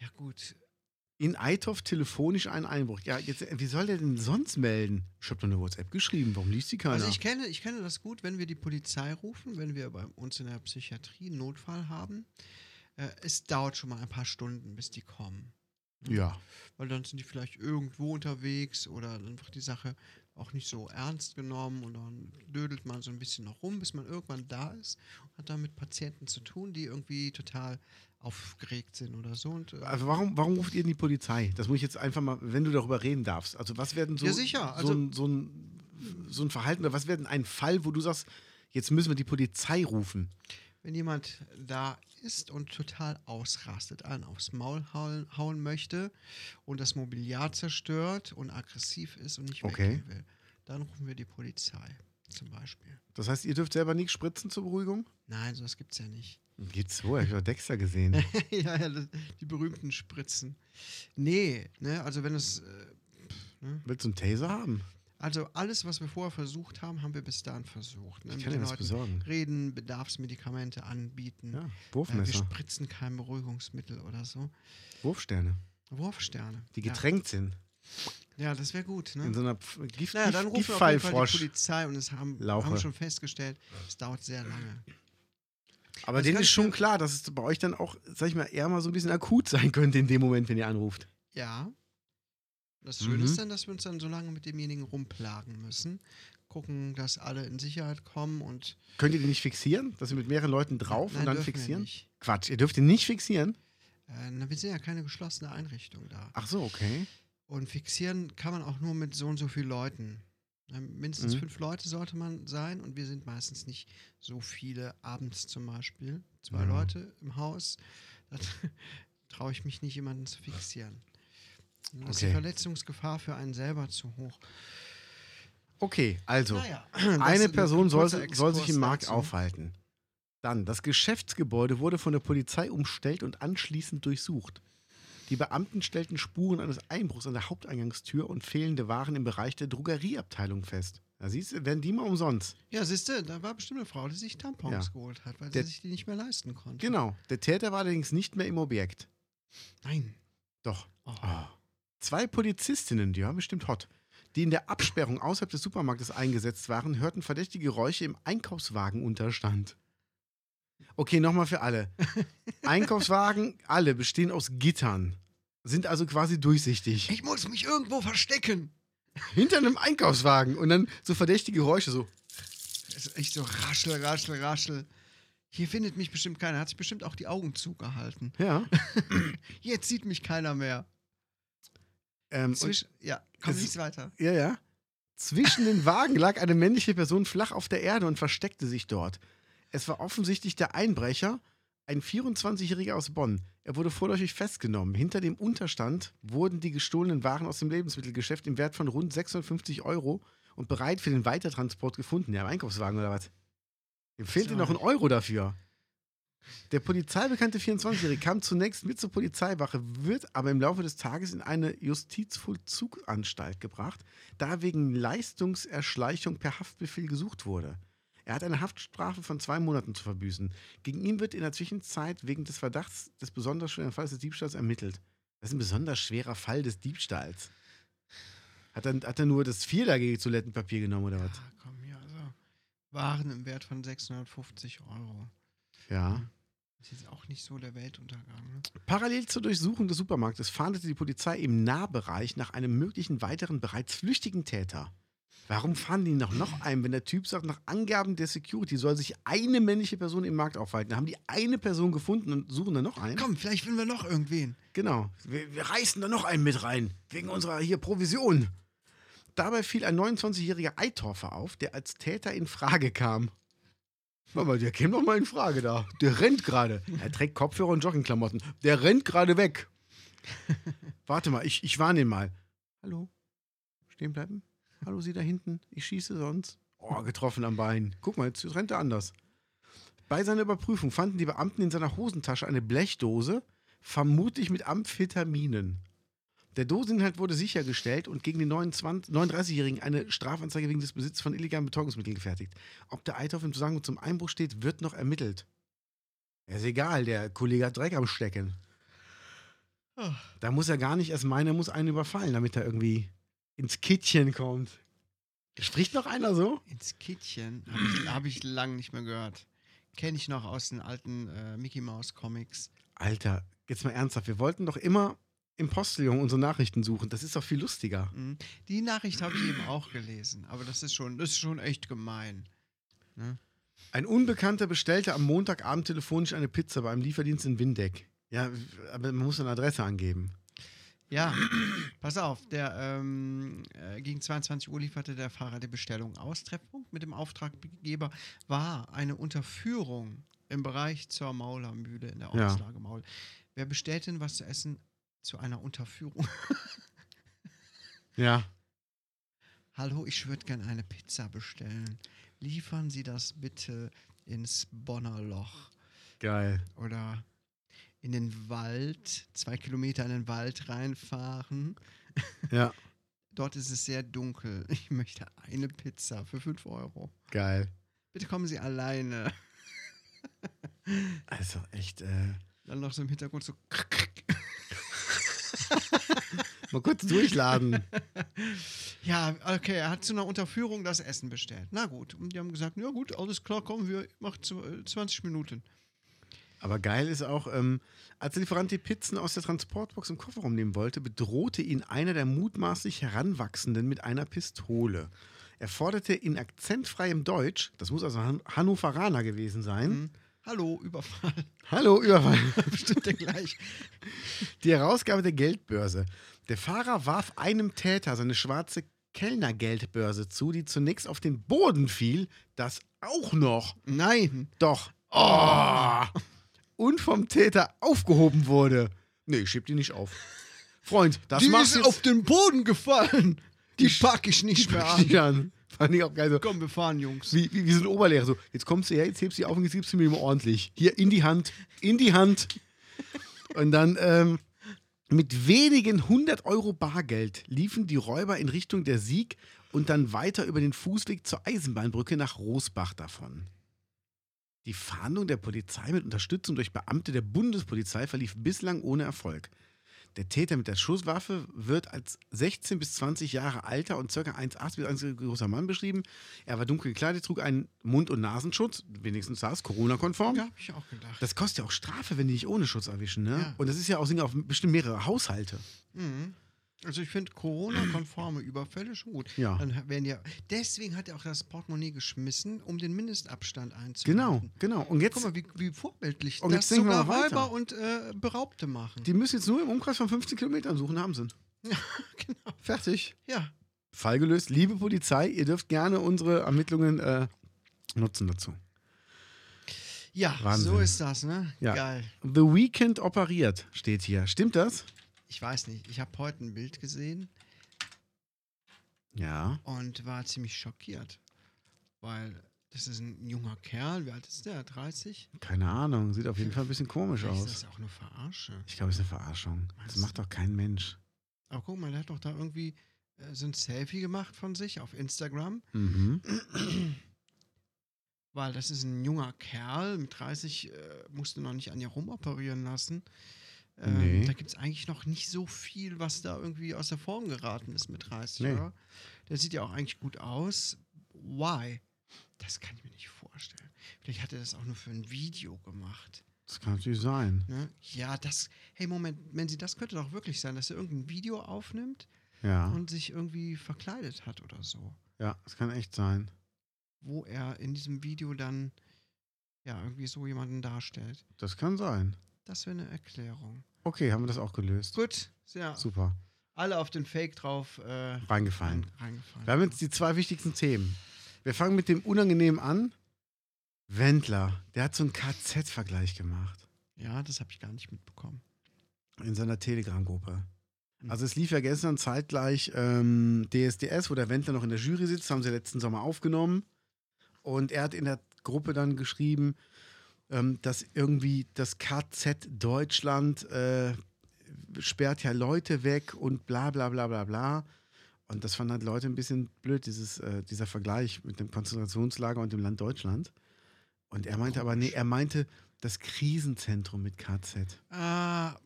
[SPEAKER 1] Ja, gut.
[SPEAKER 2] In Eithoff telefonisch ein Einbruch. Ja, jetzt, äh, wie soll der denn sonst melden? Ich habe doch eine WhatsApp geschrieben, warum liest die keiner?
[SPEAKER 1] Also ich kenne, ich kenne das gut, wenn wir die Polizei rufen, wenn wir bei uns in der Psychiatrie einen Notfall haben. Äh, es dauert schon mal ein paar Stunden, bis die kommen.
[SPEAKER 2] ja,
[SPEAKER 1] Weil dann sind die vielleicht irgendwo unterwegs oder einfach die Sache auch nicht so ernst genommen und dann dödelt man so ein bisschen noch rum, bis man irgendwann da ist und hat dann mit Patienten zu tun, die irgendwie total aufgeregt sind oder so. Und, äh,
[SPEAKER 2] also warum, warum ruft ihr denn die Polizei? Das muss ich jetzt einfach mal, wenn du darüber reden darfst. Also was werden so,
[SPEAKER 1] Ja, sicher, also-
[SPEAKER 2] so, ein, so, ein, so ein Verhalten oder was werden ein Fall, wo du sagst, jetzt müssen wir die Polizei rufen?
[SPEAKER 1] wenn jemand da ist und total ausrastet, einen aufs Maul hauen, hauen möchte und das Mobiliar zerstört und aggressiv ist und nicht
[SPEAKER 2] Okay.
[SPEAKER 1] weggehen will, dann rufen wir die Polizei zum Beispiel.
[SPEAKER 2] Das heißt, ihr dürft selber nichts spritzen zur Beruhigung?
[SPEAKER 1] Nein, sowas gibt es ja nicht. *laughs*
[SPEAKER 2] Geht's so, ich habe Dexter gesehen.
[SPEAKER 1] ja, ja, das, die berühmten Spritzen. Nee, ne, also wenn es. Äh,
[SPEAKER 2] Willst du einen Taser haben?
[SPEAKER 1] also alles, was wir vorher versucht haben, haben wir bis dahin versucht. Ne?
[SPEAKER 2] Ich
[SPEAKER 1] Mit
[SPEAKER 2] kann dir
[SPEAKER 1] den
[SPEAKER 2] was
[SPEAKER 1] Leuten
[SPEAKER 2] besorgen.
[SPEAKER 1] Reden, Bedarfsmedikamente anbieten.
[SPEAKER 2] Ja,
[SPEAKER 1] äh, wir
[SPEAKER 2] Wurfmesser,
[SPEAKER 1] spritzen kein Beruhigungsmittel oder so.
[SPEAKER 2] Wurfsterne,
[SPEAKER 1] Wurfsterne.
[SPEAKER 2] die getränkt sind.
[SPEAKER 1] Ja, ja das wäre gut, ne?
[SPEAKER 2] In so einer Pf- Gift,
[SPEAKER 1] Naja, dann rufen wir auf jeden Fall die
[SPEAKER 2] Giftfallfrosch.
[SPEAKER 1] Polizei und es haben,
[SPEAKER 2] Lauche.
[SPEAKER 1] haben schon festgestellt, es dauert sehr lange.
[SPEAKER 2] Aber
[SPEAKER 1] Das Also
[SPEAKER 2] denen
[SPEAKER 1] kann
[SPEAKER 2] ist
[SPEAKER 1] ich
[SPEAKER 2] schon
[SPEAKER 1] mir-
[SPEAKER 2] klar, dass es bei euch dann auch, sag ich mal, eher mal so ein bisschen akut sein könnte in dem Moment, wenn ihr anruft.
[SPEAKER 1] Ja. Das
[SPEAKER 2] Mhm.
[SPEAKER 1] Schöne ist dann, dass wir uns dann so lange mit demjenigen rumplagen müssen, gucken, dass alle in Sicherheit kommen und
[SPEAKER 2] Könnt ihr den nicht fixieren? Dass wir mit mehreren Leuten drauf
[SPEAKER 1] Nein,
[SPEAKER 2] und dann
[SPEAKER 1] dürfen Wir,
[SPEAKER 2] fixieren?
[SPEAKER 1] nicht.
[SPEAKER 2] Quatsch, ihr dürft ihn nicht fixieren?
[SPEAKER 1] Äh, na, wir sind ja keine geschlossene Einrichtung da.
[SPEAKER 2] Ach so, okay.
[SPEAKER 1] Und fixieren kann man auch nur mit so und so vielen Leuten. Ähm, Mindestens
[SPEAKER 2] Mhm.
[SPEAKER 1] fünf Leute sollte man sein und wir sind meistens nicht so viele abends zum Beispiel. Zwei
[SPEAKER 2] Ja.
[SPEAKER 1] Leute im Haus, da *laughs* traue ich mich nicht, jemanden zu fixieren. Dann ist die
[SPEAKER 2] Okay.
[SPEAKER 1] Verletzungsgefahr für einen selber zu hoch.
[SPEAKER 2] Okay, also, *clears throat*
[SPEAKER 1] Naja,
[SPEAKER 2] eine Person soll, soll sich im Markt
[SPEAKER 1] Markt
[SPEAKER 2] aufhalten. Dann, das Geschäftsgebäude wurde von der Polizei umstellt und anschließend durchsucht. Die Beamten stellten Spuren eines Einbruchs an der Haupteingangstür und fehlende Waren im Bereich der Drogerieabteilung fest. Da siehst du, werden die mal umsonst.
[SPEAKER 1] Ja, siehst du, da war bestimmt eine Frau, die sich Tampons
[SPEAKER 2] Ja.
[SPEAKER 1] geholt hat, weil
[SPEAKER 2] Der-
[SPEAKER 1] sie sich die nicht mehr leisten konnte.
[SPEAKER 2] Genau. Der Täter war allerdings nicht mehr im Objekt.
[SPEAKER 1] Nein.
[SPEAKER 2] Doch.
[SPEAKER 1] Oh.
[SPEAKER 2] Ah. Zwei Polizistinnen, die waren bestimmt hot, die in der Absperrung außerhalb des Supermarktes eingesetzt waren, hörten verdächtige Geräusche im Einkaufswagenunterstand. Okay, nochmal für alle. Einkaufswagen, alle bestehen aus Gittern, sind also quasi durchsichtig.
[SPEAKER 1] Ich muss mich irgendwo verstecken.
[SPEAKER 2] Hinter einem Einkaufswagen und dann so verdächtige Geräusche, so.
[SPEAKER 1] Es ist echt so raschel, raschel, raschel. Hier findet mich bestimmt keiner. Hat sich bestimmt auch die Augen zugehalten.
[SPEAKER 2] Ja.
[SPEAKER 1] Jetzt sieht mich keiner mehr.
[SPEAKER 2] Ähm, und-
[SPEAKER 1] Zwisch ja, komm,
[SPEAKER 2] Es-
[SPEAKER 1] lies weiter.
[SPEAKER 2] Ja, ja. Zwischen den Wagen lag eine männliche Person flach auf der Erde und versteckte sich dort. Es war offensichtlich der Einbrecher, ein 24-Jähriger aus Bonn. Er wurde vorläufig festgenommen. Hinter dem Unterstand wurden die gestohlenen Waren aus dem Lebensmittelgeschäft im Wert von rund 650 Euro und bereit für den Weitertransport gefunden. Ja, im Einkaufswagen oder was? Ihm fehlt
[SPEAKER 1] ja
[SPEAKER 2] noch ein
[SPEAKER 1] nicht.
[SPEAKER 2] Euro dafür. Der polizeibekannte 24-Jährige kam zunächst mit zur Polizeiwache, wird aber im Laufe des Tages in eine Justizvollzuganstalt gebracht, da wegen Leistungserschleichung per Haftbefehl gesucht wurde. Er hat eine Haftstrafe von zwei Monaten zu verbüßen. Gegen ihn wird in der Zwischenzeit wegen des Verdachts des besonders schweren Falls des Diebstahls ermittelt. Das ist ein besonders schwerer Fall des Diebstahls. Hat er, hat er nur das vierlagige Toilettenpapier genommen oder was?
[SPEAKER 1] Ah, komm hier, also. Waren im Wert von 650 Euro.
[SPEAKER 2] Ja.
[SPEAKER 1] Das ist jetzt auch nicht so der Weltuntergang. Ne?
[SPEAKER 2] Parallel zur Durchsuchung des Supermarktes fahndete die Polizei im Nahbereich nach einem möglichen weiteren bereits flüchtigen Täter. Warum fanden die noch, noch einen, wenn der Typ sagt, nach Angaben der Security soll sich eine männliche Person im Markt aufhalten? Dann haben die eine Person gefunden und suchen dann noch einen?
[SPEAKER 1] Komm, vielleicht finden wir noch irgendwen.
[SPEAKER 2] Genau. Wir, wir reißen da noch einen mit rein, wegen unserer hier Provision. Dabei fiel ein 29-jähriger Eitorfer auf, der als Täter in Frage kam. Mama, der käme doch mal in Frage da. Der rennt gerade. Er trägt Kopfhörer und Joggingklamotten. Der rennt gerade *laughs* weg. Warte mal, ich, ich warne ihn mal. Hallo? Stehen bleiben? Hallo, Sie da hinten? Ich schieße sonst. Oh, getroffen am Bein. Guck mal, jetzt rennt er anders. Bei seiner Überprüfung fanden die Beamten in seiner Hosentasche eine Blechdose, vermutlich mit Amphetaminen. Der Doseninhalt wurde sichergestellt und gegen den 29 39-Jährigen eine Strafanzeige wegen des Besitzes von illegalen Betäubungsmitteln gefertigt. Ob der Eidhoff im Zusammenhang zum Einbruch steht, wird noch ermittelt. Ja, ist egal, der Kollege hat Dreck am Stecken.
[SPEAKER 1] Ach.
[SPEAKER 2] Da muss er gar nicht erst meinen, er muss einen überfallen, damit er irgendwie ins Kittchen kommt. Spricht noch einer so?
[SPEAKER 1] Ins Kittchen habe ich, hab ich lang nicht mehr gehört. Kenne ich noch aus den alten äh, Mickey Mouse Comics.
[SPEAKER 2] Alter, jetzt mal ernsthaft. Wir wollten doch immer im Postillon unsere Nachrichten suchen. Das ist doch viel lustiger.
[SPEAKER 1] Mhm. Die Nachricht habe ich eben auch gelesen, aber das ist schon, das ist schon echt gemein.
[SPEAKER 2] Ein Unbekannter bestellte am Montagabend telefonisch eine Pizza bei einem Lieferdienst in Windeck. Ja, aber man muss eine Adresse angeben.
[SPEAKER 1] Ja, pass auf, der ähm, äh, gegen 22 Uhr lieferte der Fahrer die Bestellung aus. Treffpunkt mit dem Auftraggeber war eine Unterführung im Bereich zur Maulermühle in der
[SPEAKER 2] Ja.
[SPEAKER 1] Ortslage Maul. Wer bestellt denn was zu essen zu einer Unterführung? *laughs*
[SPEAKER 2] Ja.
[SPEAKER 1] Hallo, ich würde gern eine Pizza bestellen. Liefern Sie das bitte ins Bonner Loch
[SPEAKER 2] Geil.
[SPEAKER 1] oder in den Wald, zwei Kilometer in den Wald reinfahren.
[SPEAKER 2] Ja,
[SPEAKER 1] Dort ist es sehr dunkel. *laughs* Ich möchte eine Pizza für 5 Euro.
[SPEAKER 2] geil.
[SPEAKER 1] Bitte kommen Sie alleine.
[SPEAKER 2] Also echt, äh,
[SPEAKER 1] Dann noch so im Hintergrund so. *laughs*
[SPEAKER 2] mal kurz durchladen.
[SPEAKER 1] Ja, okay, er hat zu einer Unterführung das Essen bestellt. Na gut. Und die haben gesagt: Ja, gut, alles klar, komm, wir machen zu- äh, 20 Minuten.
[SPEAKER 2] Aber geil ist auch, ähm, als der Lieferant die Pizzen aus der Transportbox im Kofferraum nehmen wollte, bedrohte ihn einer der mutmaßlich Heranwachsenden mit einer Pistole. Er forderte in akzentfreiem Deutsch, das muss also Han Hannoveraner gewesen sein,
[SPEAKER 1] Hm? Hallo, Überfall. *laughs*
[SPEAKER 2] hallo, Überfall,
[SPEAKER 1] Bestimmt der gleich.
[SPEAKER 2] Die Herausgabe der Geldbörse. Der Fahrer warf einem Täter seine schwarze Kellnergeldbörse zu, die zunächst auf den Boden fiel, das auch noch,
[SPEAKER 1] Nein.
[SPEAKER 2] doch, oh, und vom Täter aufgehoben wurde. Nee, ich schieb die nicht auf. Freund, das
[SPEAKER 1] die
[SPEAKER 2] machst
[SPEAKER 1] ist
[SPEAKER 2] du
[SPEAKER 1] auf den Boden gefallen. Die pack ich nicht mehr an.
[SPEAKER 2] an. Fand ich auch geil so.
[SPEAKER 1] Komm, wir fahren, Jungs.
[SPEAKER 2] Wie, wie, wie so ein Oberlehrer. So, jetzt kommst du her, jetzt hebst du die auf und jetzt gibst du mir mal ordentlich. Hier in die Hand, in die Hand. Und dann ähm, mit wenigen 100 Euro Bargeld liefen die Räuber in Richtung der Sieg und dann weiter über den Fußweg zur Eisenbahnbrücke nach Rosbach davon. Die Fahndung der Polizei mit Unterstützung durch Beamte der Bundespolizei verlief bislang ohne Erfolg. Der Täter mit der Schusswaffe wird als 16 bis 20 Jahre alter und ca. 1,8 bis 1 großer Mann beschrieben. Er war dunkel gekleidet, trug einen Mund- und Nasenschutz, wenigstens saß, Corona-konform.
[SPEAKER 1] Ja, hab ich auch gedacht.
[SPEAKER 2] Das kostet ja auch Strafe, wenn die dich ohne Schutz erwischen, ne?
[SPEAKER 1] Ja.
[SPEAKER 2] Und das ist ja auch sind ja auf bestimmt mehrere Haushalte.
[SPEAKER 1] Mhm. Also ich finde Corona-konforme Überfälle schon gut.
[SPEAKER 2] Ja.
[SPEAKER 1] Dann werden ja. Deswegen hat er auch das Portemonnaie geschmissen, um den Mindestabstand
[SPEAKER 2] Genau,
[SPEAKER 1] einzuhalten.
[SPEAKER 2] genau. Und jetzt,
[SPEAKER 1] Guck mal, wie, wie vorbildlich
[SPEAKER 2] Und
[SPEAKER 1] das
[SPEAKER 2] jetzt denken wir
[SPEAKER 1] sogar
[SPEAKER 2] mal weiter.
[SPEAKER 1] Räuber und äh, Beraubte machen.
[SPEAKER 2] die müssen jetzt nur im Umkreis von 15 Kilometern suchen, haben sie.
[SPEAKER 1] Ja, *laughs* genau.
[SPEAKER 2] Fertig.
[SPEAKER 1] Ja.
[SPEAKER 2] Fall gelöst. Liebe Polizei, ihr dürft gerne unsere Ermittlungen äh, nutzen dazu.
[SPEAKER 1] Ja,
[SPEAKER 2] Wahnsinn.
[SPEAKER 1] so ist das, ne?
[SPEAKER 2] Ja.
[SPEAKER 1] Geil.
[SPEAKER 2] The Weekend operiert, steht hier. Stimmt das?
[SPEAKER 1] Ich weiß nicht. Ich habe heute ein Bild gesehen
[SPEAKER 2] Ja.
[SPEAKER 1] und war ziemlich schockiert. Weil das ist ein junger Kerl. Wie alt ist der? 30?
[SPEAKER 2] Keine Ahnung. Sieht auf jeden Fall ein bisschen komisch
[SPEAKER 1] Vielleicht
[SPEAKER 2] aus.
[SPEAKER 1] Ist das auch nur Verarsche?
[SPEAKER 2] Ich glaube, es ist eine Verarschung.
[SPEAKER 1] Meinst
[SPEAKER 2] Das
[SPEAKER 1] du?
[SPEAKER 2] macht doch kein Mensch.
[SPEAKER 1] Aber guck mal, der hat doch da irgendwie äh, so ein Selfie gemacht von sich auf Instagram,
[SPEAKER 2] Mhm.
[SPEAKER 1] weil das ist ein junger Kerl, mit 30 äh, musste noch nicht an ihr rumoperieren lassen. Ähm,
[SPEAKER 2] Nee.
[SPEAKER 1] Da gibt es eigentlich noch nicht so viel, was da irgendwie aus der Form geraten ist mit 30,
[SPEAKER 2] Nee.
[SPEAKER 1] oder? Der sieht ja auch eigentlich gut aus. Why? Das kann ich mir nicht vorstellen. Vielleicht hat er das auch nur für ein Video gemacht.
[SPEAKER 2] Das kann natürlich sein.
[SPEAKER 1] Ne? Ja, das. Hey, Moment, Menzi, das könnte doch wirklich sein, dass er irgendein Video aufnimmt
[SPEAKER 2] Ja.
[SPEAKER 1] und sich irgendwie verkleidet hat oder so.
[SPEAKER 2] Ja, das kann echt sein.
[SPEAKER 1] wo er in diesem Video dann ja irgendwie so jemanden darstellt.
[SPEAKER 2] Das kann sein.
[SPEAKER 1] Das wäre eine Erklärung.
[SPEAKER 2] Okay, haben wir das auch gelöst.
[SPEAKER 1] Gut, sehr.
[SPEAKER 2] Super.
[SPEAKER 1] Alle auf den Fake drauf äh,
[SPEAKER 2] Reingefallen.
[SPEAKER 1] rein, reingefallen.
[SPEAKER 2] Wir haben jetzt die zwei wichtigsten Themen. Wir fangen mit dem Unangenehmen an. Wendler, der hat so einen KZ-Vergleich gemacht
[SPEAKER 1] ja, das habe ich gar nicht mitbekommen.
[SPEAKER 2] in seiner Telegram-Gruppe.
[SPEAKER 1] Mhm.
[SPEAKER 2] Also es lief ja gestern zeitgleich ähm, DSDS, wo der Wendler noch in der Jury sitzt, haben sie letzten Sommer aufgenommen. Und er hat in der Gruppe dann geschrieben, ähm, dass irgendwie das KZ Deutschland äh, sperrt ja Leute weg und bla bla bla bla bla. Und das fanden halt Leute ein bisschen blöd, dieses, äh, dieser Vergleich mit dem Konzentrationslager und dem Land Deutschland. Und er meinte aber, nee, er meinte das Krisenzentrum mit KZ.
[SPEAKER 1] Ah,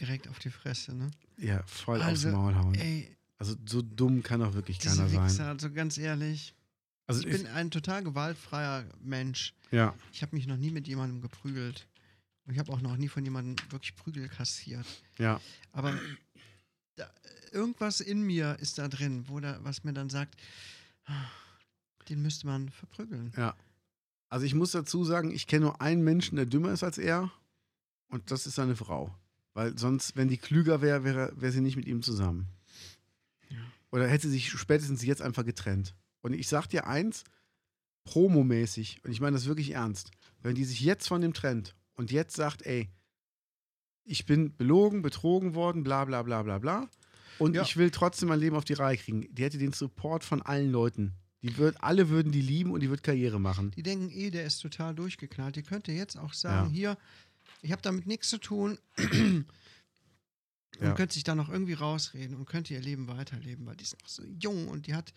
[SPEAKER 1] direkt auf die Fresse, ne?
[SPEAKER 2] Ja, voll
[SPEAKER 1] Also,
[SPEAKER 2] aufs Maul hauen.
[SPEAKER 1] Ey,
[SPEAKER 2] Also so dumm kann doch wirklich
[SPEAKER 1] diese
[SPEAKER 2] keiner sein.
[SPEAKER 1] Wichser, also ganz ehrlich.
[SPEAKER 2] Also
[SPEAKER 1] Ich bin ein total gewaltfreier Mensch.
[SPEAKER 2] ja,
[SPEAKER 1] Ich habe mich noch nie mit jemandem geprügelt. Und ich habe auch noch nie von jemandem wirklich Prügel kassiert.
[SPEAKER 2] ja.
[SPEAKER 1] Aber da, irgendwas in mir ist da drin, wo da, was mir dann sagt, "Ah, den müsste man verprügeln.
[SPEAKER 2] Also ich muss dazu sagen, ich kenne nur einen Menschen, der dümmer ist als er. Und das ist seine Frau. Weil sonst, wenn die klüger wäre, wäre wäre sie nicht mit ihm zusammen. Oder hätte sich spätestens jetzt einfach getrennt. Und ich sag dir eins, promomäßig, und ich meine das wirklich ernst, wenn die sich jetzt von dem trennt und jetzt sagt, ey, ich bin belogen, betrogen worden, bla bla bla bla bla. Und
[SPEAKER 1] Ja.
[SPEAKER 2] ich will trotzdem mein Leben auf die Reihe kriegen. Die hätte den Support von allen Leuten. Die würd, alle würden die lieben und die wird Karriere machen.
[SPEAKER 1] Die denken eh, der ist total durchgeknallt. Die könnte jetzt auch sagen,
[SPEAKER 2] Ja.
[SPEAKER 1] hier, ich habe damit nichts zu tun. *clears throat* und
[SPEAKER 2] Ja.
[SPEAKER 1] könnte sich da noch irgendwie rausreden und könnte ihr Leben weiterleben, weil die ist noch so jung und die hat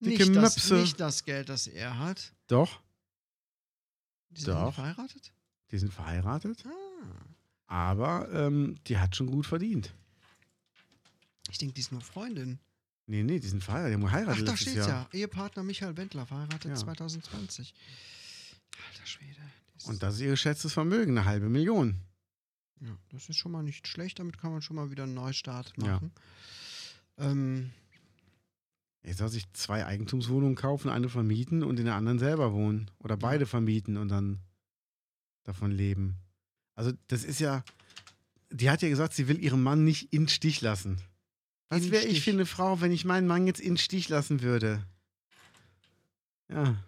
[SPEAKER 2] Dicke
[SPEAKER 1] nicht das,
[SPEAKER 2] Möpse.
[SPEAKER 1] nicht das Geld, das er hat.
[SPEAKER 2] Doch.
[SPEAKER 1] Die sind noch
[SPEAKER 2] Doch.
[SPEAKER 1] nicht verheiratet?
[SPEAKER 2] Die sind verheiratet,
[SPEAKER 1] Ah.
[SPEAKER 2] aber ähm, die hat schon gut verdient.
[SPEAKER 1] Ich denke, die ist nur Freundin.
[SPEAKER 2] Nee, nee, die sind verheiratet. Die haben
[SPEAKER 1] Ach,
[SPEAKER 2] geheiratet
[SPEAKER 1] da
[SPEAKER 2] letztes
[SPEAKER 1] steht's
[SPEAKER 2] Jahr.
[SPEAKER 1] ja. Ehepartner Michael Wendler verheiratet
[SPEAKER 2] Ja.
[SPEAKER 1] 2020. Alter Schwede. Das
[SPEAKER 2] Und das ist ihr geschätztes Vermögen, eine halbe Million.
[SPEAKER 1] Ja, das ist schon mal nicht schlecht. Damit kann man schon mal wieder einen Neustart
[SPEAKER 2] Ja.
[SPEAKER 1] machen. Ähm,
[SPEAKER 2] Jetzt soll sich zwei Eigentumswohnungen kaufen, eine vermieten und in der anderen selber wohnen. Oder beide vermieten und dann davon leben. Also, das ist ja. Die hat ja gesagt, sie will ihren Mann nicht in Stich lassen. Was
[SPEAKER 1] In
[SPEAKER 2] wäre ich
[SPEAKER 1] Stich.
[SPEAKER 2] für eine Frau, wenn ich meinen Mann jetzt in Stich lassen würde? Ja.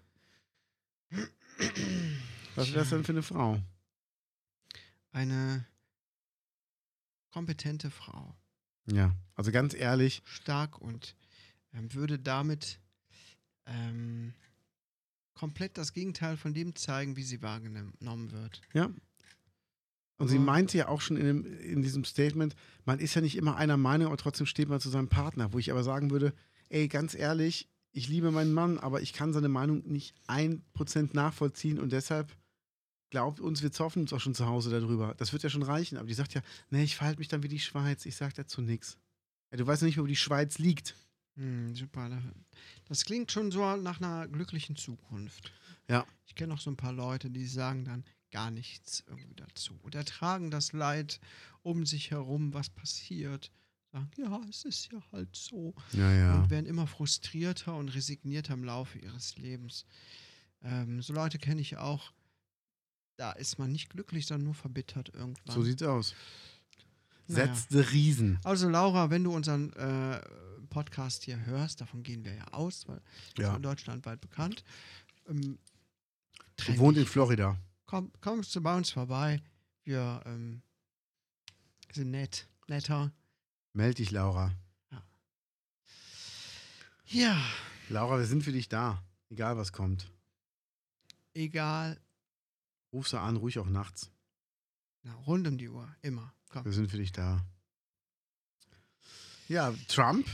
[SPEAKER 2] Was wäre das
[SPEAKER 1] Tja.
[SPEAKER 2] denn für eine Frau?
[SPEAKER 1] *clears throat* eine kompetente Frau.
[SPEAKER 2] Ja. Also ganz ehrlich,
[SPEAKER 1] Stark und ähm, würde damit ähm, komplett das Gegenteil von dem zeigen, wie sie wahrgenommen wird.
[SPEAKER 2] Und sie
[SPEAKER 1] Aber-
[SPEAKER 2] meinte ja auch schon in, dem, in diesem Statement, man ist ja nicht immer einer Meinung, aber trotzdem steht man zu seinem Partner. Wo ich aber sagen würde, ey, ganz ehrlich, ich liebe meinen Mann, aber ich kann seine Meinung nicht ein Prozent nachvollziehen und deshalb glaubt uns, wir zoffen uns auch schon zu Hause darüber. Das wird ja schon reichen. Aber die sagt ja, nee, ich verhalte mich dann wie die Schweiz. Ich sag dazu nichts. Ja, du weißt ja nicht, wo die Schweiz liegt.
[SPEAKER 1] Hm, super. da- Das klingt schon so nach einer glücklichen Zukunft.
[SPEAKER 2] Ja.
[SPEAKER 1] Ich kenne auch so ein paar Leute, die sagen dann gar nichts irgendwie dazu oder tragen das Leid um sich herum, was passiert. Sagen, ja, es ist ja halt so.
[SPEAKER 2] Ja,
[SPEAKER 1] Und werden immer frustrierter und resignierter im Laufe ihres Lebens. Ähm, so Leute kenne ich auch. Da ist man nicht glücklich, sondern nur verbittert irgendwann.
[SPEAKER 2] So sieht's aus.
[SPEAKER 1] Naja.
[SPEAKER 2] Setzte Riesen.
[SPEAKER 1] Also Laura, wenn du unseren äh, Podcast hier hörst, davon gehen wir ja aus, weil ja. ist
[SPEAKER 2] Ja.
[SPEAKER 1] ja deutschlandweit bekannt. Ähm, trenn
[SPEAKER 2] Und wohnt in
[SPEAKER 1] dich.
[SPEAKER 2] Florida.
[SPEAKER 1] komm, kommst du bei uns vorbei? Wir ähm, sind nett, netter.
[SPEAKER 2] Meld dich, Laura.
[SPEAKER 1] Ja,
[SPEAKER 2] Laura, wir sind für dich da. Egal, was kommt.
[SPEAKER 1] egal.
[SPEAKER 2] Ruf sie an, ruhig auch nachts.
[SPEAKER 1] Na, rund um die Uhr, immer. Komm.
[SPEAKER 2] Wir sind für dich da. Ja, Trump,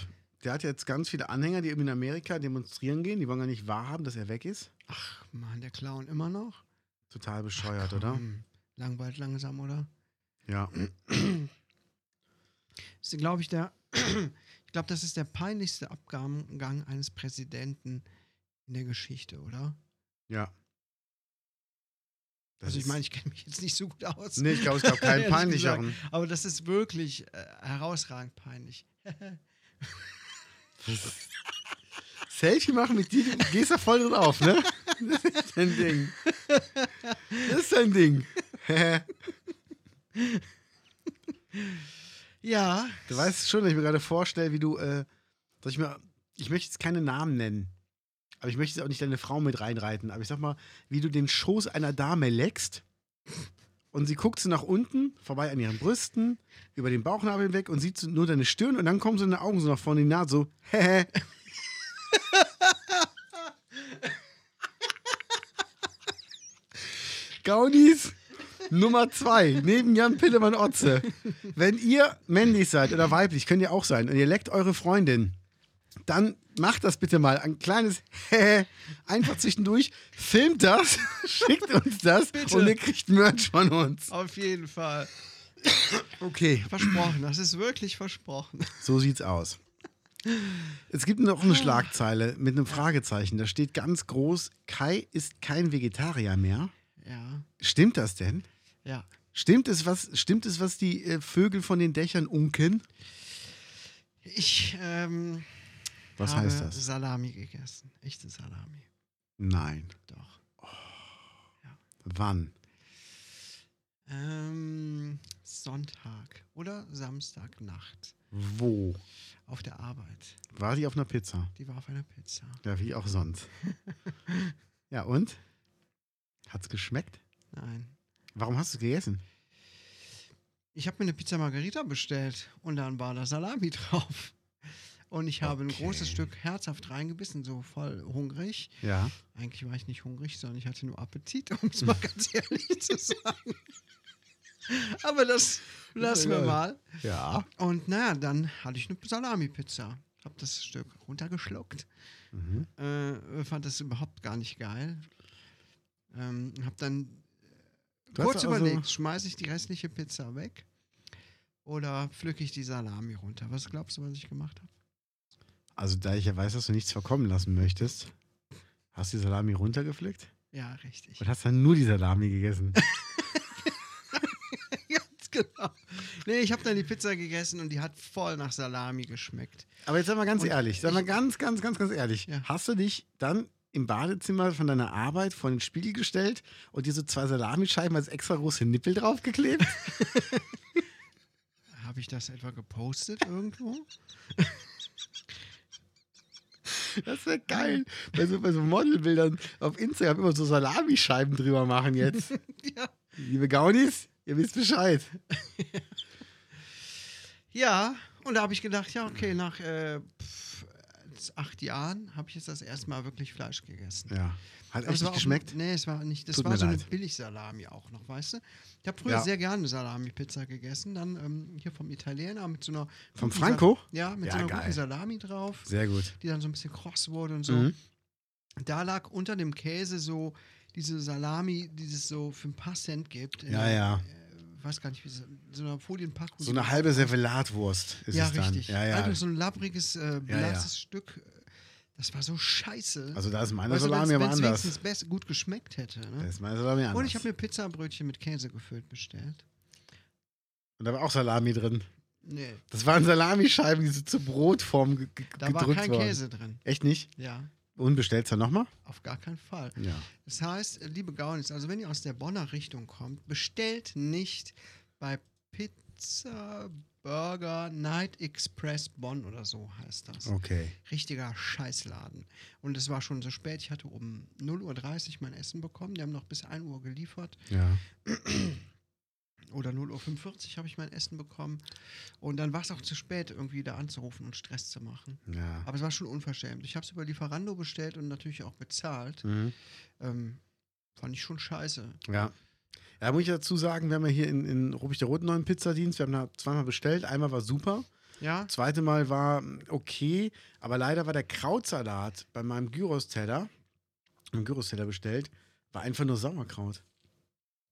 [SPEAKER 2] der hat jetzt ganz viele Anhänger, die eben in Amerika demonstrieren gehen. Die wollen gar nicht wahrhaben, dass er weg ist.
[SPEAKER 1] Ach Mann, der Clown immer noch?
[SPEAKER 2] Total bescheuert, oder?
[SPEAKER 1] Komm, hm. Langweilt langsam,
[SPEAKER 2] *clears throat*
[SPEAKER 1] oder?
[SPEAKER 2] Ja.
[SPEAKER 1] Das ist, glaube ich, der. *clears throat* ich glaube, das ist der peinlichste Abgang eines Präsidenten in der Geschichte, oder?
[SPEAKER 2] Ja. Das
[SPEAKER 1] also ich
[SPEAKER 2] ist-
[SPEAKER 1] meine, ich kenne mich jetzt nicht so gut aus.
[SPEAKER 2] Nee, ich glaube, es gab
[SPEAKER 1] *laughs*
[SPEAKER 2] keinen
[SPEAKER 1] Ehrlich
[SPEAKER 2] peinlicheren.
[SPEAKER 1] Aber das ist wirklich äh, herausragend peinlich.
[SPEAKER 2] *laughs* Selfie machen mit dir, du gehst da voll drin auf, ne? Das ist dein Ding. Das ist dein Ding.
[SPEAKER 1] ja.
[SPEAKER 2] Du weißt schon, dass ich mir gerade vorstelle, wie du, äh, dass ich mir, ich möchte jetzt keine Namen nennen, aber ich möchte jetzt auch nicht deine Frau mit reinreiten, aber ich sag mal, wie du den Schoß einer Dame leckst und sie guckt so nach unten, vorbei an ihren Brüsten, über den Bauchnabel hinweg und sieht so nur deine Stirn und dann kommen so deine Augen so nach vorne in die Nase, so, hehe. *laughs* Gaunis Nummer zwei, neben Jan Pillemann Otze. Wenn ihr männlich seid oder weiblich, könnt ihr auch sein, und ihr leckt eure Freundin, dann macht das bitte mal. Ein kleines Hä, einfach zwischendurch. Filmt das, *laughs* schickt uns das
[SPEAKER 1] Bitte.
[SPEAKER 2] und ihr kriegt Merch von uns.
[SPEAKER 1] Auf jeden Fall.
[SPEAKER 2] Okay.
[SPEAKER 1] Versprochen, das ist wirklich versprochen. *laughs*
[SPEAKER 2] So sieht's aus. Es gibt noch eine Schlagzeile mit einem Fragezeichen. Da steht ganz groß: Kai ist kein Vegetarier mehr.
[SPEAKER 1] Ja,
[SPEAKER 2] Stimmt das denn?
[SPEAKER 1] ja.
[SPEAKER 2] Stimmt es, was, stimmt es, was die äh, Vögel von den Dächern unken?
[SPEAKER 1] Ich ähm,
[SPEAKER 2] Was
[SPEAKER 1] habe
[SPEAKER 2] heißt das?
[SPEAKER 1] Salami gegessen. Echte Salami.
[SPEAKER 2] Nein.
[SPEAKER 1] Doch.
[SPEAKER 2] Wann?
[SPEAKER 1] Ähm, Sonntag oder Samstagnacht
[SPEAKER 2] Wo?
[SPEAKER 1] auf der Arbeit.
[SPEAKER 2] War die auf einer Pizza?
[SPEAKER 1] Die war auf einer Pizza.
[SPEAKER 2] Ja, wie auch *laughs* sonst. ja, und? Hat's geschmeckt?
[SPEAKER 1] Nein.
[SPEAKER 2] Warum hast du es gegessen?
[SPEAKER 1] Ich habe mir eine Pizza Margherita bestellt und dann war da Salami *laughs* drauf. Und ich habe ein
[SPEAKER 2] Okay.
[SPEAKER 1] großes Stück herzhaft reingebissen, so voll hungrig.
[SPEAKER 2] Ja.
[SPEAKER 1] Eigentlich war ich nicht hungrig, sondern ich hatte nur Appetit, *laughs* um es mal ganz ehrlich zu sagen. Aber das lassen wir
[SPEAKER 2] egal.
[SPEAKER 1] mal.
[SPEAKER 2] Ja.
[SPEAKER 1] Und naja, dann hatte ich eine Salami-Pizza. Hab das Stück runtergeschluckt.
[SPEAKER 2] Mhm.
[SPEAKER 1] Äh, fand das überhaupt gar nicht geil. Ähm, hab dann
[SPEAKER 2] Du hast
[SPEAKER 1] kurz
[SPEAKER 2] also-
[SPEAKER 1] überlegt, schmeiße ich die restliche Pizza weg oder pflücke ich die Salami runter? Was glaubst du, was ich gemacht habe?
[SPEAKER 2] Also, da ich ja weiß, dass du nichts verkommen lassen möchtest, hast du die Salami runtergepflückt
[SPEAKER 1] Ja, richtig.
[SPEAKER 2] und hast dann nur die Salami gegessen.
[SPEAKER 1] *laughs* Ganz genau. Nee, ich habe dann die Pizza gegessen und die hat voll nach Salami geschmeckt.
[SPEAKER 2] *laughs* Aber jetzt sag mal ganz
[SPEAKER 1] Und
[SPEAKER 2] ehrlich, sag
[SPEAKER 1] ich-
[SPEAKER 2] mal ganz, ganz, ganz, ganz ehrlich.
[SPEAKER 1] Ja.
[SPEAKER 2] Hast du dich dann im Badezimmer von deiner Arbeit vor den Spiegel gestellt und dir so zwei Salamischeiben als extra große Nippel *laughs* draufgeklebt?
[SPEAKER 1] Habe ich das etwa gepostet
[SPEAKER 2] *laughs*
[SPEAKER 1] irgendwo?
[SPEAKER 2] Das wäre geil. Bei so, bei so Modelbildern auf Instagram immer so Salamischeiben drüber machen *laughs* jetzt.
[SPEAKER 1] ja.
[SPEAKER 2] Liebe Gaunis, ihr wisst Bescheid.
[SPEAKER 1] Ja, und da habe ich gedacht, ja, okay, nach äh, pf, acht Jahren habe ich jetzt das erste Mal wirklich Fleisch gegessen.
[SPEAKER 2] Ja. Hat
[SPEAKER 1] Aber es
[SPEAKER 2] echt
[SPEAKER 1] war
[SPEAKER 2] nicht
[SPEAKER 1] auch-
[SPEAKER 2] geschmeckt?
[SPEAKER 1] Nee, es war nicht. Das
[SPEAKER 2] Tut
[SPEAKER 1] war
[SPEAKER 2] mir
[SPEAKER 1] so eine
[SPEAKER 2] leid.
[SPEAKER 1] Billigsalami auch noch, weißt du? Ich habe früher
[SPEAKER 2] Ja.
[SPEAKER 1] sehr gerne Salami-Pizza gegessen. Dann ähm, hier vom Italiener mit so einer.
[SPEAKER 2] Vom
[SPEAKER 1] guten
[SPEAKER 2] Franco?
[SPEAKER 1] Sal- Ja, mit
[SPEAKER 2] Ja,
[SPEAKER 1] so einer
[SPEAKER 2] geil.
[SPEAKER 1] guten Salami drauf,
[SPEAKER 2] Sehr gut.
[SPEAKER 1] die dann so ein bisschen kross wurde und so.
[SPEAKER 2] Mhm.
[SPEAKER 1] Da lag unter dem Käse so diese Salami, die es so für ein paar Cent gibt. in
[SPEAKER 2] Ja,
[SPEAKER 1] der-
[SPEAKER 2] ja.
[SPEAKER 1] Äh, weiß gar nicht, wie so, so einer Folienpackung.
[SPEAKER 2] So eine halbe Servelatwurst ist
[SPEAKER 1] Ja,
[SPEAKER 2] es dann.
[SPEAKER 1] richtig.
[SPEAKER 2] Ja, ja.
[SPEAKER 1] Also so ein labbriges, äh, blasses Stück. Das war so scheiße.
[SPEAKER 2] Also da ist meine
[SPEAKER 1] Weißt du,
[SPEAKER 2] Salami
[SPEAKER 1] wenn's-
[SPEAKER 2] aber
[SPEAKER 1] wenn's
[SPEAKER 2] anders.
[SPEAKER 1] wenigstens best, gut geschmeckt hätte. Ne?
[SPEAKER 2] Da ist meine Salami anders.
[SPEAKER 1] Und ich habe mir Pizzabrötchen mit Käse gefüllt bestellt.
[SPEAKER 2] Und da war auch Salami drin.
[SPEAKER 1] Nee,
[SPEAKER 2] Das waren Salamischeiben, die so zur Brotform ge ge
[SPEAKER 1] da war
[SPEAKER 2] gedrückt
[SPEAKER 1] kein
[SPEAKER 2] wurden.
[SPEAKER 1] Käse drin.
[SPEAKER 2] Echt nicht?
[SPEAKER 1] Ja,
[SPEAKER 2] Und bestellst du nochmal?
[SPEAKER 1] auf gar keinen Fall.
[SPEAKER 2] Ja.
[SPEAKER 1] Das heißt, liebe Gaunis, also wenn ihr aus der Bonner Richtung kommt, bestellt nicht bei Pizza Burger Night Express Bonn oder so heißt das.
[SPEAKER 2] Okay.
[SPEAKER 1] Richtiger Scheißladen. Und es war schon so spät, ich hatte um 0.30 Uhr mein Essen bekommen. Die haben noch bis 1 Uhr geliefert.
[SPEAKER 2] Ja.
[SPEAKER 1] oder 0.45 Uhr habe ich mein Essen bekommen. Und dann war es auch zu spät, irgendwie da anzurufen und Stress zu machen.
[SPEAKER 2] Ja.
[SPEAKER 1] Aber es war schon unverschämt. Ich habe es über Lieferando bestellt und natürlich auch bezahlt.
[SPEAKER 2] Mhm.
[SPEAKER 1] Ähm, fand ich schon scheiße.
[SPEAKER 2] Ja. Ja, muss ich dazu sagen, wir haben ja hier in, in Rubik der Roten neuen Pizzadienst. Wir haben da zweimal bestellt. Einmal war super.
[SPEAKER 1] Ja?
[SPEAKER 2] Zweite Mal war mm, okay. Aber leider war der Krautsalat bei meinem Gyros-Teller, im Gyros-Teller bestellt, war einfach nur Sauerkraut.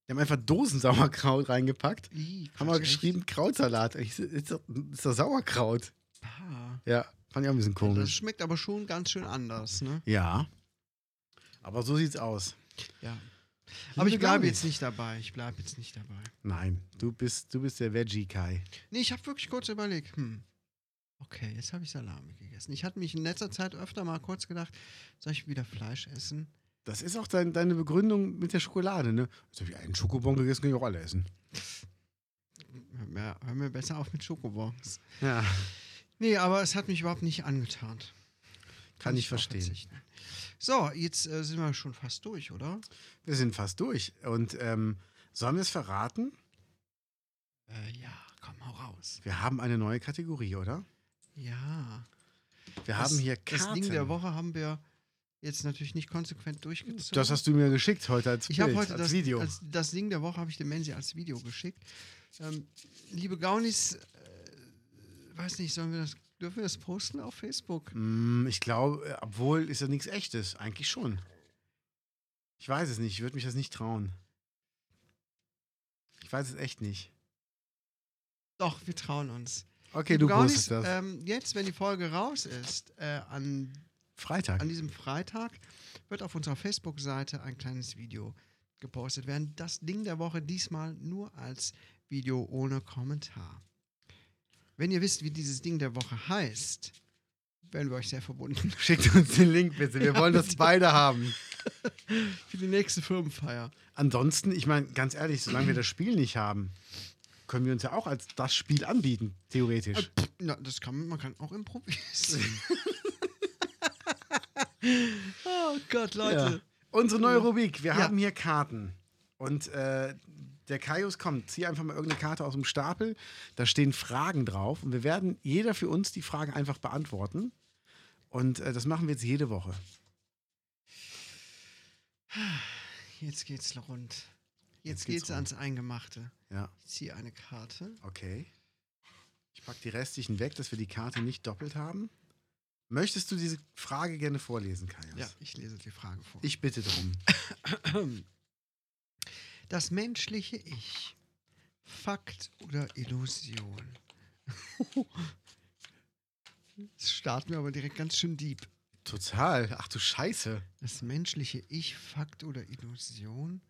[SPEAKER 2] Die haben einfach Dosen Sauerkraut reingepackt.
[SPEAKER 1] Ih,
[SPEAKER 2] Haben
[SPEAKER 1] Quatsch,
[SPEAKER 2] wir geschrieben, Krautsalat. Ich, so, ist, doch, ist doch Sauerkraut.
[SPEAKER 1] echt? Ah.
[SPEAKER 2] Ja, fand ich auch ein bisschen
[SPEAKER 1] Also, Das
[SPEAKER 2] komisch.
[SPEAKER 1] schmeckt aber schon ganz schön anders, ne?
[SPEAKER 2] Ja. Aber so sieht's aus.
[SPEAKER 1] Ja. Aber ich
[SPEAKER 2] Liebe
[SPEAKER 1] bleibe
[SPEAKER 2] Gaunis.
[SPEAKER 1] jetzt nicht dabei. Ich bleibe jetzt nicht dabei.
[SPEAKER 2] Nein, du bist, du bist der Veggie-Kai.
[SPEAKER 1] Nee, ich habe wirklich kurz überlegt, hm, okay, jetzt habe ich Salami gegessen. Ich hatte mich in letzter Zeit öfter mal kurz gedacht, soll ich wieder Fleisch essen?
[SPEAKER 2] Das ist auch dein, deine Begründung mit der Schokolade, ne? Jetzt habe ich einen Schokobon gegessen, kann ich auch alle essen.
[SPEAKER 1] Hör mir, hör mir besser auf mit Schokobons.
[SPEAKER 2] Ja.
[SPEAKER 1] Nee, aber es hat mich überhaupt nicht angetan.
[SPEAKER 2] Kann ich
[SPEAKER 1] drauf
[SPEAKER 2] verstehen.
[SPEAKER 1] verzichten. So, jetzt äh, sind wir schon fast durch, oder?
[SPEAKER 2] Wir sind fast durch. Und ähm, sollen wir es verraten?
[SPEAKER 1] Äh, ja, komm, hau raus.
[SPEAKER 2] Wir haben eine neue Kategorie, oder?
[SPEAKER 1] Ja.
[SPEAKER 2] Wir
[SPEAKER 1] das,
[SPEAKER 2] haben hier Karten.
[SPEAKER 1] Das Ding der Woche haben wir jetzt natürlich nicht konsequent durchgezogen.
[SPEAKER 2] Das hast du mir geschickt heute als,
[SPEAKER 1] ich
[SPEAKER 2] Bild,
[SPEAKER 1] habe heute
[SPEAKER 2] als
[SPEAKER 1] das,
[SPEAKER 2] Video.
[SPEAKER 1] Als, das Ding der Woche habe ich dem Menzi als Video geschickt. Ähm, liebe Gaunis, äh, weiß nicht, sollen wir das, dürfen wir das posten auf Facebook?
[SPEAKER 2] Hm, ich glaube, äh, obwohl ist ja nichts Echtes. Eigentlich schon. Ich weiß es nicht. Ich würde mich das nicht trauen. Ich weiß es echt nicht.
[SPEAKER 1] Doch, wir trauen uns.
[SPEAKER 2] Okay,
[SPEAKER 1] Liebe
[SPEAKER 2] du postest das.
[SPEAKER 1] Ähm, jetzt, wenn die Folge raus ist, äh, an,
[SPEAKER 2] Freitag.
[SPEAKER 1] an diesem Freitag, wird auf unserer Facebook-Seite ein kleines Video gepostet werden. Das Ding der Woche diesmal nur als Video ohne Kommentar. Wenn ihr wisst, wie dieses Ding der Woche heißt, werden wir euch sehr verbunden. *laughs*
[SPEAKER 2] Schickt uns den Link bitte. Wir
[SPEAKER 1] Ja,
[SPEAKER 2] wollen das
[SPEAKER 1] bitte.
[SPEAKER 2] beide haben.
[SPEAKER 1] Für die nächste Firmenfeier.
[SPEAKER 2] Ansonsten, ich meine, ganz ehrlich, solange wir das Spiel nicht haben, können wir uns ja auch als das Spiel anbieten, theoretisch.
[SPEAKER 1] Na, das kann man, man kann auch
[SPEAKER 2] *laughs*
[SPEAKER 1] improvisieren. oh Gott,
[SPEAKER 2] Ja.
[SPEAKER 1] Leute.
[SPEAKER 2] Unsere neue Rubrik, wir
[SPEAKER 1] Ja.
[SPEAKER 2] haben hier Karten. Und äh, der Kaius kommt, zieh einfach mal irgendeine Karte aus dem Stapel. Da stehen Fragen drauf und wir werden jeder für uns die Fragen einfach beantworten. Und äh, das machen wir jetzt jede Woche.
[SPEAKER 1] Jetzt geht's rund. Jetzt,
[SPEAKER 2] Jetzt geht's
[SPEAKER 1] geht's,
[SPEAKER 2] rund.
[SPEAKER 1] ans Eingemachte.
[SPEAKER 2] Ja,
[SPEAKER 1] Ich ziehe eine Karte.
[SPEAKER 2] okay. Ich packe die restlichen weg, dass wir die Karte nicht doppelt haben. Möchtest du diese Frage gerne vorlesen, Kaius?
[SPEAKER 1] Ja, ich lese die Frage vor.
[SPEAKER 2] Ich bitte darum.
[SPEAKER 1] Das menschliche Ich. Fakt oder Illusion? *laughs* Jetzt starten wir aber direkt ganz schön deep.
[SPEAKER 2] Total. Ach du Scheiße.
[SPEAKER 1] Das menschliche Ich, Fakt oder Illusion?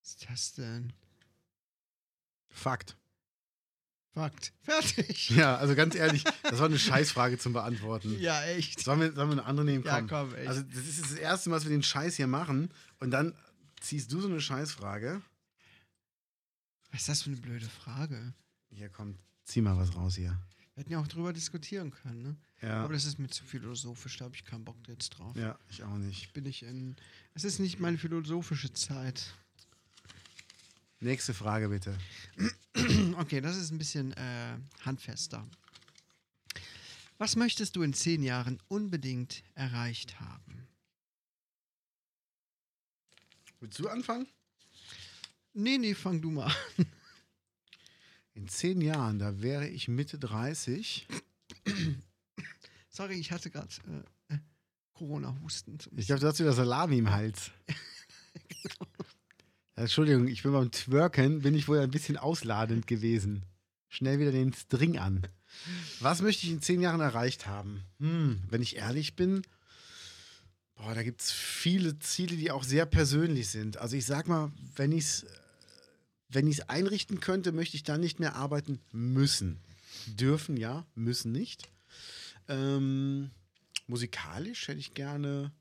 [SPEAKER 1] Was ist das denn?
[SPEAKER 2] Fakt.
[SPEAKER 1] Fakt. Fertig.
[SPEAKER 2] *laughs* Ja, also ganz ehrlich, das war eine Scheißfrage zum Beantworten.
[SPEAKER 1] Ja, echt.
[SPEAKER 2] Sollen, wir, sollen wir eine andere nehmen?
[SPEAKER 1] Ja, komm, echt.
[SPEAKER 2] Also, das ist das erste Mal, dass wir den Scheiß hier machen. Und dann ziehst du so eine Scheißfrage.
[SPEAKER 1] Was ist das für eine blöde Frage?
[SPEAKER 2] Hier kommt, zieh mal was raus hier.
[SPEAKER 1] Wir hätten ja auch drüber diskutieren können, ne?
[SPEAKER 2] Ja,
[SPEAKER 1] Aber das ist mir zu philosophisch, da habe ich keinen Bock jetzt drauf.
[SPEAKER 2] ja ich auch nicht.
[SPEAKER 1] Bin ich in. Es ist nicht meine philosophische Zeit.
[SPEAKER 2] Nächste Frage bitte.
[SPEAKER 1] *clears throat* Okay, das ist ein bisschen äh, handfester. Was möchtest du in zehn Jahren unbedingt erreicht haben?
[SPEAKER 2] Willst du anfangen?
[SPEAKER 1] Nee, nee, fang du mal an. *laughs*
[SPEAKER 2] In zehn Jahren, da wäre ich Mitte 30.
[SPEAKER 1] Sorry, ich hatte gerade äh, äh, Corona-Husten.
[SPEAKER 2] Ich glaube, du hast wieder Salami im Hals. Entschuldigung, ich bin beim Twerken, bin ich wohl ein bisschen ausladend gewesen. Schnell wieder den String an. Was möchte ich in zehn Jahren erreicht haben? Hm, wenn ich ehrlich bin, boah, da gibt es viele Ziele, die auch sehr persönlich sind. Also ich sag mal, wenn ich es wenn ich's einrichten könnte, möchte ich dann nicht mehr arbeiten müssen. Dürfen ja, müssen nicht. Ähm, musikalisch hätte ich gerne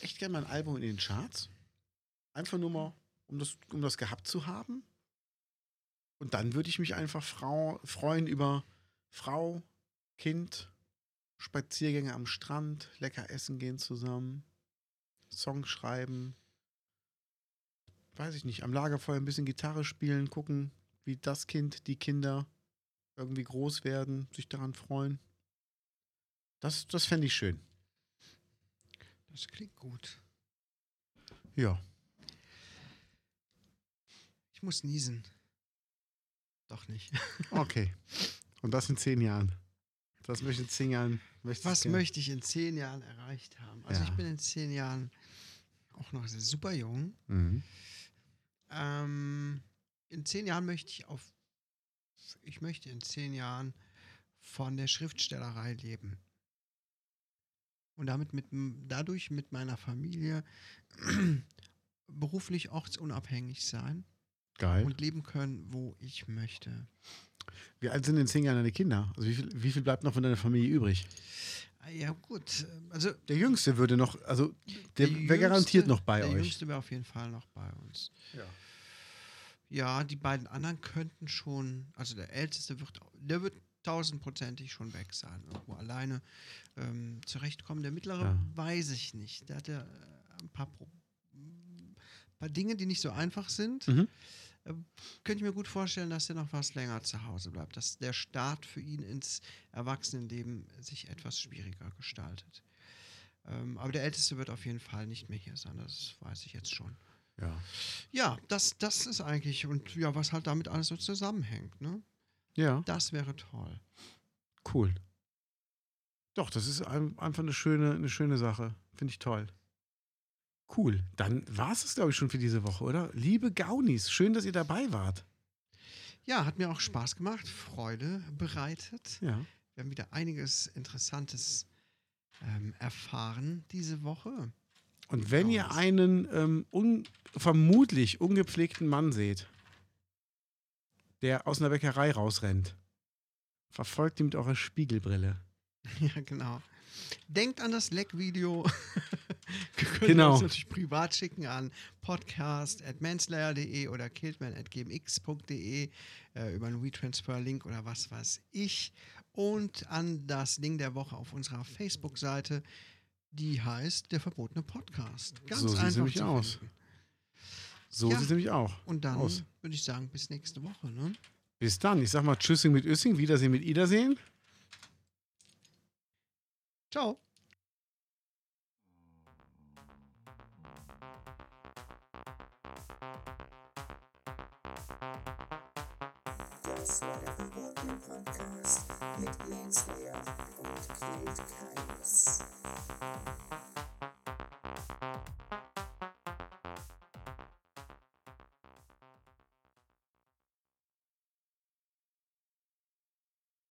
[SPEAKER 2] echt gerne mal ein Album in den Charts. Einfach nur mal, um das, um das gehabt zu haben. Und dann würde ich mich einfach Frau, freuen über Frau, Kind, Spaziergänge am Strand, lecker essen gehen zusammen, Song schreiben, weiß ich nicht, am Lagerfeuer ein bisschen Gitarre spielen, gucken, wie das Kind, die Kinder irgendwie groß werden, sich daran freuen. Das, das fände ich schön.
[SPEAKER 1] Das klingt gut.
[SPEAKER 2] Ja.
[SPEAKER 1] Ich muss niesen. Doch nicht.
[SPEAKER 2] *laughs* Okay. Und das in zehn Jahren. Das möchte ich in zehn Jahren. Möchte
[SPEAKER 1] Was möchte ich in zehn Jahren erreicht haben? Also
[SPEAKER 2] Ja.
[SPEAKER 1] ich bin in zehn Jahren auch noch super jung.
[SPEAKER 2] Mhm.
[SPEAKER 1] Ähm, in zehn Jahren möchte ich auf, ich möchte in zehn Jahren von der Schriftstellerei leben. Und damit mit, m- dadurch mit meiner Familie *clears throat* beruflich ortsunabhängig sein
[SPEAKER 2] Geil.
[SPEAKER 1] und leben können, wo ich möchte.
[SPEAKER 2] Wie alt sind in zehn Jahren deine Kinder? Also wie viel, wie viel bleibt noch von deiner Familie übrig?
[SPEAKER 1] Ah, Ja gut, also
[SPEAKER 2] Der Jüngste würde noch, also der, wäre garantiert noch bei
[SPEAKER 1] der Jüngste- Der
[SPEAKER 2] euch.
[SPEAKER 1] Jüngste wäre auf jeden Fall noch bei uns.
[SPEAKER 2] Ja.
[SPEAKER 1] Ja, die beiden anderen könnten schon, also der Älteste wird, der wird tausendprozentig schon weg sein, irgendwo alleine ähm, zurechtkommen. Der Mittlere
[SPEAKER 2] Ja.
[SPEAKER 1] weiß ich nicht. Der hat ja äh, ein paar, Pro paar Dinge, die nicht so einfach sind.
[SPEAKER 2] Mhm.
[SPEAKER 1] Äh, Könnte ich mir gut vorstellen, dass er noch was länger zu Hause bleibt, dass der Start für ihn ins Erwachsenenleben sich etwas schwieriger gestaltet. Ähm, aber der Älteste wird auf jeden Fall nicht mehr hier sein, das weiß ich jetzt schon.
[SPEAKER 2] Ja.
[SPEAKER 1] Ja, das, das ist eigentlich, und ja, was halt damit alles so zusammenhängt, ne?
[SPEAKER 2] Ja,
[SPEAKER 1] Das wäre toll.
[SPEAKER 2] cool. Doch, das ist ein, einfach eine schöne, eine schöne Sache. Finde ich toll. Cool. Dann war es, glaube ich, schon für diese Woche, oder? Liebe Gaunis, schön, dass ihr dabei wart.
[SPEAKER 1] Ja, hat mir auch Spaß gemacht, Freude bereitet.
[SPEAKER 2] Ja.
[SPEAKER 1] Wir haben wieder einiges Interessantes ähm, erfahren diese Woche. *laughs*
[SPEAKER 2] Und wenn ihr einen ähm, un vermutlich ungepflegten Mann seht, der aus einer Bäckerei rausrennt, verfolgt ihn mit eurer Spiegelbrille.
[SPEAKER 1] Ja, genau. Denkt an das Leck-Video. *laughs* Ihr könnt
[SPEAKER 2] Genau.
[SPEAKER 1] uns natürlich privat schicken an podcast.manslayer.de oder killtman.gmx.de äh, über einen WeTransfer-Link oder was weiß ich. Und an das Ding der Woche auf unserer Facebook-Seite, die heißt Der verbotene Podcast. Ganz
[SPEAKER 2] So sieht's
[SPEAKER 1] einfach.
[SPEAKER 2] nämlich
[SPEAKER 1] zu
[SPEAKER 2] aus.
[SPEAKER 1] finden.
[SPEAKER 2] So
[SPEAKER 1] Ja.
[SPEAKER 2] sieht es nämlich auch.
[SPEAKER 1] Und dann
[SPEAKER 2] Aus.
[SPEAKER 1] würde ich sagen, bis nächste Woche. Ne?
[SPEAKER 2] Bis dann. Ich sag mal Tschüssing mit Üssing, Wiedersehen mit Idersehen.
[SPEAKER 1] Ciao.
[SPEAKER 3] Das war der Verbotene Podcast mit Lance Layer und Kate Keines.